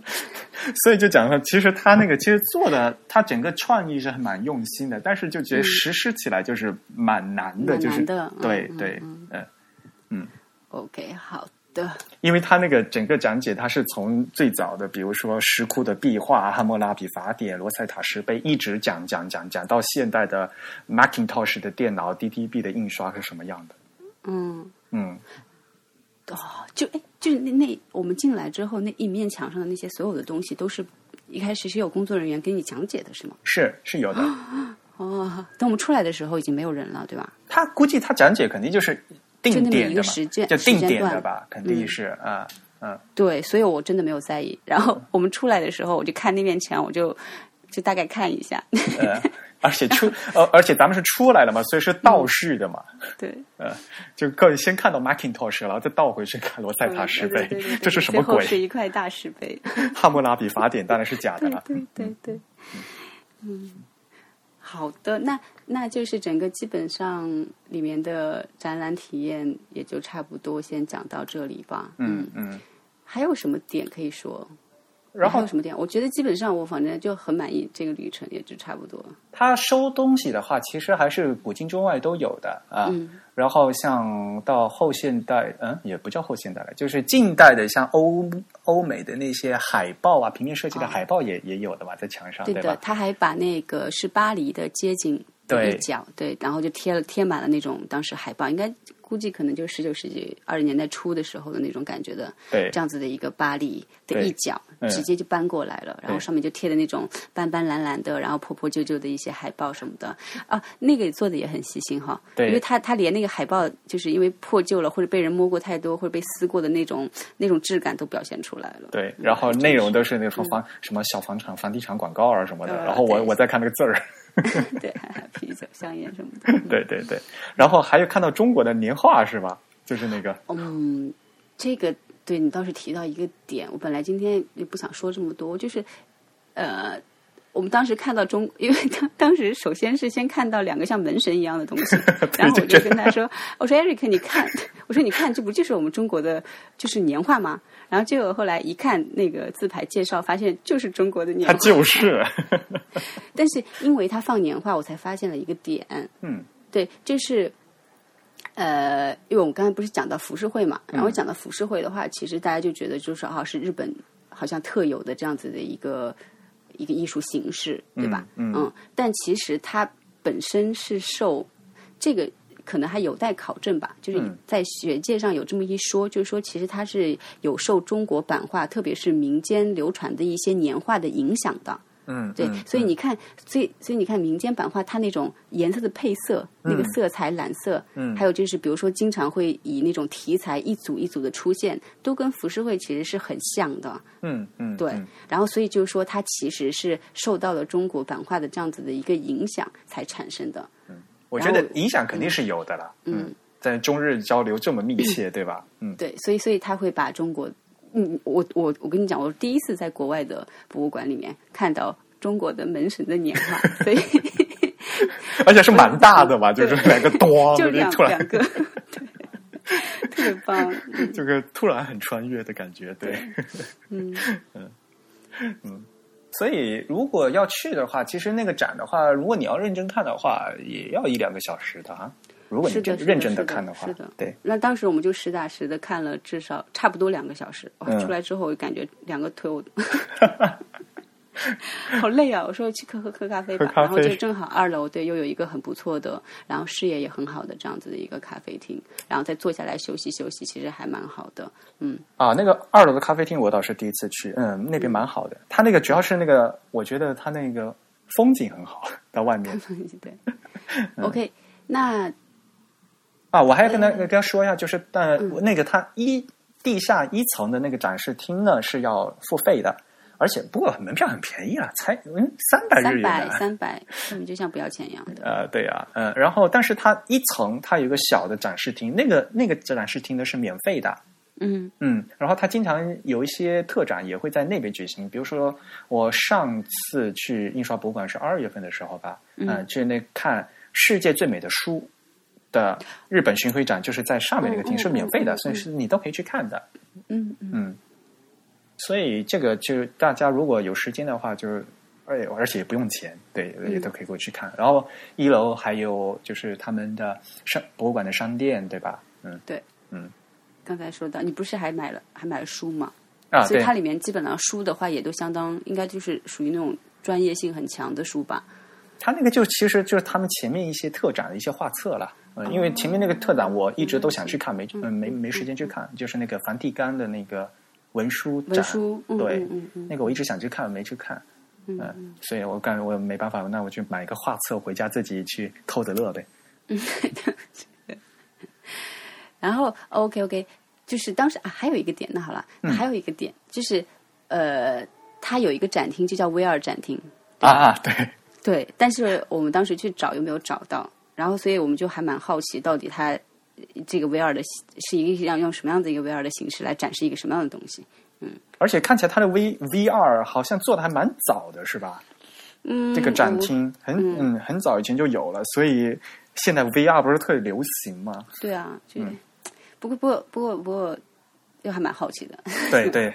A: 所以就讲说，其实他那个其实做的，他整个创意是很蛮用心的，但是就觉得实施起来就是蛮难的，
B: 蛮
A: 就是
B: 难的嗯
A: 对
B: 嗯
A: 对，嗯
B: OK，好的，
A: 因为他那个整个讲解，他是从最早的，比如说石窟的壁画、汉谟拉比法典、罗塞塔石碑，一直讲讲讲讲到现代的 Macintosh 的电脑、DTB 的印刷是什么样的，
B: 嗯。
A: 嗯。
B: 哦，就哎，就那那我们进来之后，那一面墙上的那些所有的东西，都是一开始是有工作人员给你讲解的，是吗？
A: 是是有的，
B: 哦，等我们出来的时候已经没有人了，对吧？
A: 他估计他讲解肯定就是
B: 就
A: 定
B: 那么
A: 点
B: 一
A: 的
B: 个
A: 嘛
B: 时，间
A: 就定
B: 时间
A: 点的
B: 段嗯
A: 吧，肯定是啊，嗯，
B: 对，所以我真的没有在意。然后我们出来的时候，我就看那面墙，我就就大概看一下。
A: 呃，而且出，呃，而且咱们是出来了嘛，所以是
B: 嗯
A: 倒叙的嘛，
B: 对，
A: 呃，就各先看到 Macintosh，然后再倒回去看罗塞塔石碑
B: 哦对对对对，
A: 这是什么
B: 最后
A: 鬼？
B: 是一块大石 碑。
A: 汉谟拉比法典当然是假的
B: 对
A: 了。
B: 对对对，嗯，嗯好的，那那就是整个基本上里面的展览体验也就差不多，先讲到这里吧。
A: 嗯嗯，
B: 还有什么点可以说？
A: 然
B: 还
A: 后
B: 有什么点？我觉得基本上我反正就很满意这个旅程，也就差不多。
A: 他收东西的话，其实还是古今中外都有的啊。
B: 嗯
A: 然后像到后现代，嗯，也不叫后现代了，就是近代的，像欧欧美的那些海报啊，平面设计的
B: 哦
A: 海报也、也有的嘛，在墙上，
B: 对的，
A: 啊吧？
B: 他还把那个是巴黎的街景的
A: 对
B: 一角，对，然后就贴了贴满了那种当时海报，应该估计可能就十九世纪二十年代初的时候的那种感觉的
A: 对
B: 这样子的一个巴黎的
A: 对
B: 一角，
A: 嗯
B: 直接就搬过来了，然后上面就贴的那种斑斑蓝蓝的，然后破破旧旧的一些海报什么的啊，那个也做的也很细心哈，
A: 对
B: 因为他他连那个海报就是因为破旧了或者被人摸过太多或者被撕过的那种那种质感都表现出来了，
A: 对，
B: 嗯
A: 然后内容
B: 真是
A: 都是那种房什么小房产、房地产广告啊什么的，
B: 呃
A: 然后我
B: 嗯对
A: 我再看那个字儿，
B: 对，啤酒、香烟什么的。嗯
A: 对对对，然后还有看到中国的年画是吧？就是那个哦
B: 嗯，这个对你倒是提到一个点，我本来今天也不想说这么多，就是呃，我们当时看到中，因为当当时首先是先看到两个像门神一样的东 西，然后我就跟他说，我说 Eric，你看，我说你看，这不就是我们中国的就是年画吗？然后结果后来一看那个字牌介绍，发现就是中国的年
A: 它
B: 画，
A: 就是，
B: 但是因为他放年画，我才发现了一个点，
A: 嗯
B: 对，就是呃，因为我们刚才不是讲到浮世绘嘛，然后讲到浮世绘的话，其实大家就觉得就是啊，是日本好像特有的这样子的一个一个艺术形式，对吧？
A: 嗯嗯
B: 但其实它本身是受这个。可能还有待考证吧，就是
A: 嗯
B: 在学界上有这么一说，就是说其实它是有受中国版画，特别是民间流传的一些年画的影响的。
A: 嗯，
B: 对，
A: 嗯
B: 所以你看，所以所以你看民间版画，它那种颜色的配色，那个色彩染色，
A: 嗯
B: 还有就是比如说经常会以那种题材一组一组的出现，都跟浮世绘其实是很像的，
A: 嗯嗯，
B: 对。
A: 嗯
B: 然后所以就是说，它其实是受到了中国版画的这样子的一个影响才产生的，
A: 我觉
B: 然后
A: 得影响肯定是有的了，
B: 嗯，
A: 在中日交流这么密 切，对吧？嗯，
B: 对，所以所以他会把中国，嗯，我我我跟你讲，我第一次在国外的博物馆里面看到中国的门神的年画， 所以。
A: 而且是蛮大的吧，就是两个咣，
B: 嗯就两
A: 突然
B: 两个，对，特别棒。嗯
A: 这个突然很穿越的感觉，对， 嗯
B: 嗯，
A: 所以如果要去的话，其实那个展的话，如果你要认真看的话，也要一两个小时的哈。啊如果你
B: 是的
A: 真
B: 是的
A: 认真
B: 是
A: 地
B: 的
A: 看的话
B: 是的，
A: 对，
B: 那当时我们就实打实的看了至少差不多两个小时，哇
A: 嗯，
B: 出来之后我就感觉两个腿我，好累啊！我说去喝喝喝咖啡吧，
C: 喝咖啡
B: 然后就正好二楼对又有一个很不错的，然后视野也很好的这样子的一个咖啡厅，然后再坐下来休息休息，其实还蛮好的。 嗯，
A: 啊，那个二楼的咖啡厅我倒是第一次去，嗯，那边蛮好的。它那个主要是那个，我觉得它那个风景很好，到外面
B: 对。OK，那
A: 啊。我还要跟
B: 嗯
A: 他跟他说一下，就是呃，那个它一地下一层的那个展示厅呢是要付费的，而且不过门票很便宜啊，才嗯三百日
B: 三
A: 元
B: 百
A: 啊。
B: 三百根本就像不要钱一样的。
A: 呃，对呀、嗯，然后但是它一层它有一个小的展示厅，那个那个展示厅呢是免费的，
B: 嗯
A: 嗯，然后它经常有一些特展也会在那边举行，比如说我上次去印刷博物馆是二月份的时候吧，
B: 嗯
A: 呃去那看世界最美的书的日本巡回展，就是在上面那个厅
B: 嗯
A: 是免费的，
B: 嗯嗯
A: 所以是你都可以去看的，
B: 嗯嗯，
A: 嗯，所以这个就是大家如果有时间的话，就是而而且也不用钱，对，也都可以过去
B: 嗯
A: 看。然后一楼还有就是他们的商博物馆的商店，对吧？嗯
B: 刚才说到你不是还买了还买了书吗？
A: 啊，
B: 所以
A: 对
B: 它里面基本上书的话也都相当，应该就是属于那种专业性很强的书吧。
A: 他那个就其实就是他们前面一些特展的一些画册了，嗯，因为
B: 哦
A: 前面那个特展我一直都想去看，没嗯没没时间去看，就是那个梵蒂冈的那个文书展，
B: 文书，嗯
A: 对
B: 嗯嗯嗯
A: 那个我一直想去看，没去看，
B: 嗯嗯。
A: 嗯，所以我感觉我没办法，那我就买一个画册回家自己去偷着乐呗。
B: 嗯 然后 OK OK，就是当时啊，还有一个点，那好了，
A: 嗯
B: 还有一个点就是呃，它有一个展厅就呃叫威尔展厅，
A: 啊，对，
B: 对，但是我们当时去找又没有找到，然后所以我们就还蛮好奇，到底它呃这个威尔的形是一个样用什么样的一个威尔的形式来展示一个什么样的东西？
A: 而且看起来他的 V V R 好像做的还蛮早的，是吧？
B: 嗯，
A: 这个展
B: 我
A: 厅很嗯很早以前就有了，所以现在 V R 不是特别流行吗？
B: 对啊，就、
A: 嗯
B: 不过不过不过不过，又还蛮好奇的。
A: 对对，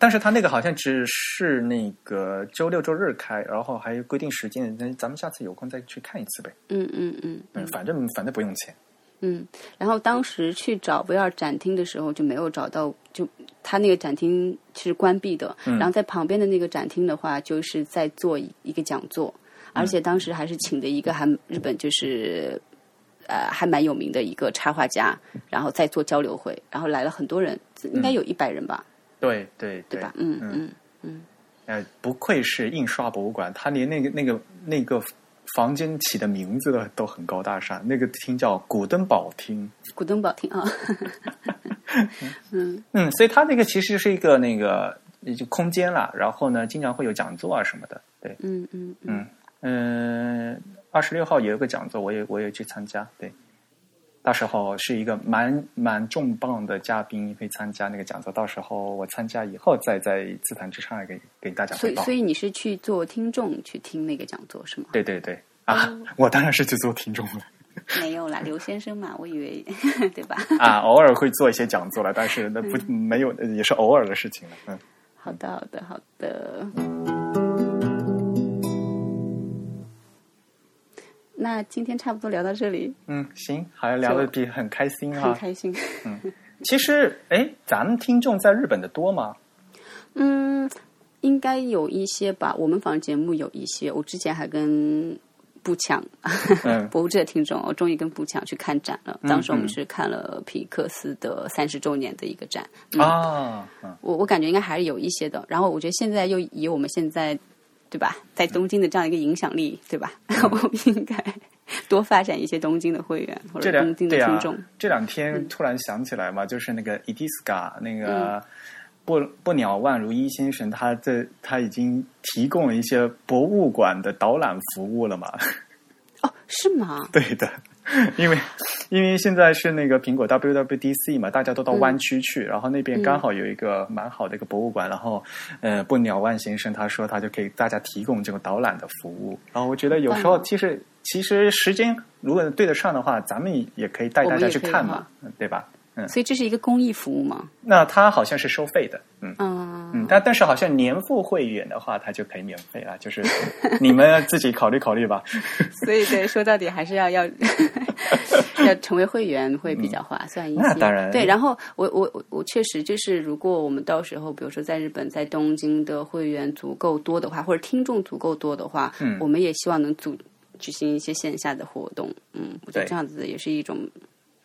A: 但是他那个好像只是那个周六周日开，然后还有规定时间，那咱们下次有空再去看一次呗。
B: 嗯嗯嗯
A: 嗯，反正反正不用钱。
B: 嗯。然后当时去找维尔展厅的时候就没有找到，就他那个展厅是关闭的。
A: 嗯
B: 然后在旁边的那个展厅的话，就是在做一一个讲座，而且当时还是请的一个还日本就是。呃，还蛮有名的一个插画家，然后再做交流会，然后来了很多人，应该有一百人吧，
A: 对对
B: 对吧？嗯
A: 嗯
B: 嗯，
A: 呃，不愧是印刷博物馆，它连那个那个那个房间起的名字都都很高大上，那个厅叫古登堡厅。
B: 古登堡厅啊，
A: 嗯，所以它那个其实是一个那个也就空间啦，然后呢，经常会有讲座啊什么的。对，
B: 嗯嗯嗯，
A: 嗯嗯，二十六号有一个讲座，我也我也去参加。对，到时候是一个蛮蛮重磅的嘉宾会参加那个讲座，到时候我参加以后再在自弹自唱地给给大家
B: 所
A: 汇
B: 以
A: 报
B: 所。以你是去做听众去听那个讲座是吗？
A: 对对对啊，
B: 嗯
A: 我当然是去做听众了。
B: 没有啦，刘先生嘛，我以为 对吧？
A: 啊，偶尔会做一些讲座了，但是那不、没有，也是偶尔的事情了。嗯，
B: 好的，好的，好的。那今天差不多聊到这里，
A: 嗯，行，好像聊的比很开心
B: 很
A: 哈。
B: 开心。
A: 其实，哎，咱们听众在日本的多 吗？
B: 嗯，应该有一些吧。我们访谈节目有一些，我之前还跟步强啊
A: 嗯
B: 博物志的听众，哦我终于跟步强去看展了。当时我们是看了皮克斯的三十周年的一个展，嗯
A: 啊，嗯
B: 我我感觉应该还是有一些的。然后我觉得现在又以我们现在对吧，在东京的这样一个影响力，对吧？
A: 嗯
B: 我们应该多发展一些东京的会员或
A: 这
B: 者
A: 两
B: 东京的
A: 对
B: 听
A: 啊
B: 众。，嗯
A: 这两天突然想起来嘛，就是那个伊迪斯卡那个不不鸟万如一先生，他这他已经提供了一些博物馆的导览服务了嘛？
B: 哦，是吗？
A: 对的，因为因为现在是那个苹果 WWDC 嘛，大家都到
B: 嗯
A: 湾区去，然后那边刚好有一个蛮好的一个博物馆，然后呃，不鸟万先生他说他就给大家提供这个导览的服务，然后我觉得有时候
B: 棒
A: 其实其实时间如果对得上的话，咱们也可以带大家去看
B: 我们也
A: 嘛，嗯对吧？嗯，
B: 所以这是一个公益服务吗？
A: 那他好像是收费的，嗯。
B: 嗯，
A: 嗯，但但是好像年付会员的话，他就可以免费了，就是你们自己考虑考虑吧。
B: 所以对，说到底还是要要 要成为会员会比较划算一
A: 嗯
B: 些。
A: 那当然
B: 对，然后我我我我确实就是，如果我们到时候，比如说在日本、在东京的会员足够多的话，或者听众足够多的话，
A: 嗯
B: 我们也希望能组举行一些线下的活动。嗯，我觉得
A: 对
B: 这样子也是一种。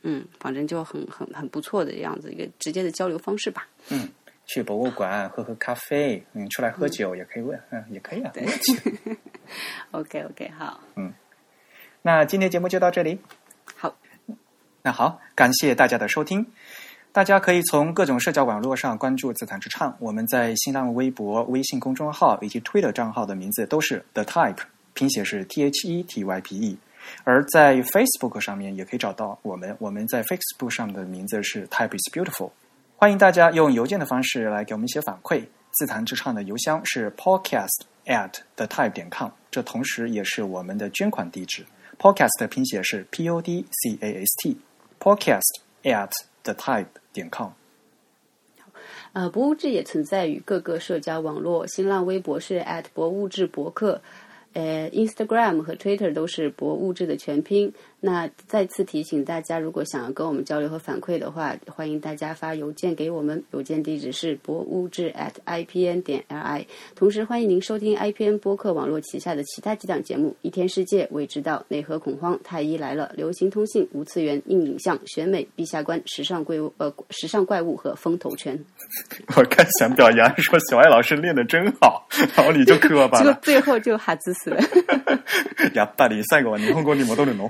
B: 嗯，反正就很很很不错的这样子一个直接的交流方式吧。
A: 去博物馆喝喝咖啡，嗯，出来喝酒也可以问，嗯，也可以啊。
B: OK OK，好，
A: 那今天节目就到这里。
B: 好，
A: 那好，感谢大家的收听。大家可以从各种社交网络上关注“自弹之唱”，我们在新浪微博、微信公众号以及推特账号的名字都是 The Type，拼写是 T H E T Y P E。而在 Facebook 上面也可以找到我们，我们在 Facebook 上的名字是 Type is Beautiful。欢迎大家用邮件的方式来给我们一些反馈。自弹自唱的邮箱是 podcast at the type 点 com，这同时也是我们的捐款地址。podcast 的拼写是 p o d c a s t，podcast at the type 点 com。
B: 呃，博物志也存在于各个社交网络，新浪微博是博物志博客，呃，Instagram 和 Twitter 都是博物志的全拼。那再次提醒大家，如果想要跟我们交流和反馈的话，欢迎大家发邮件给我们，邮件地址是博物志 at ipn 点 li。同时，欢迎您收听 IPN 播客网络旗下的其他几档节目：《一天世界》、《未知道》、《内核恐慌》、《太医来了》、《流行通信》、《无次元》、《硬影像》、《选美》、《陛下观》、《时尚怪物》呃，《时尚怪物》和《风投圈》。
A: 我刚想表扬说小爱老师练得真好， 然后你就磕巴
B: 结果
A: 了。
B: 最后就哈兹 死了。
A: やっぱり最後は日本語に戻 るの？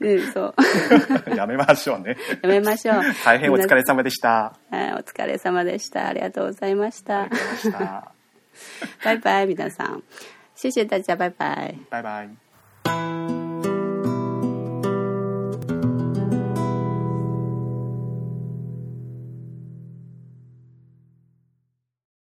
B: 嗯， そう。
A: やめま しょうね。
B: やめましょう。
A: 大変お疲れ様でした。
B: はいお疲れ様でした。ありがとうございました。バイバイ、皆さん。谢谢大家，拜拜。
A: 拜拜。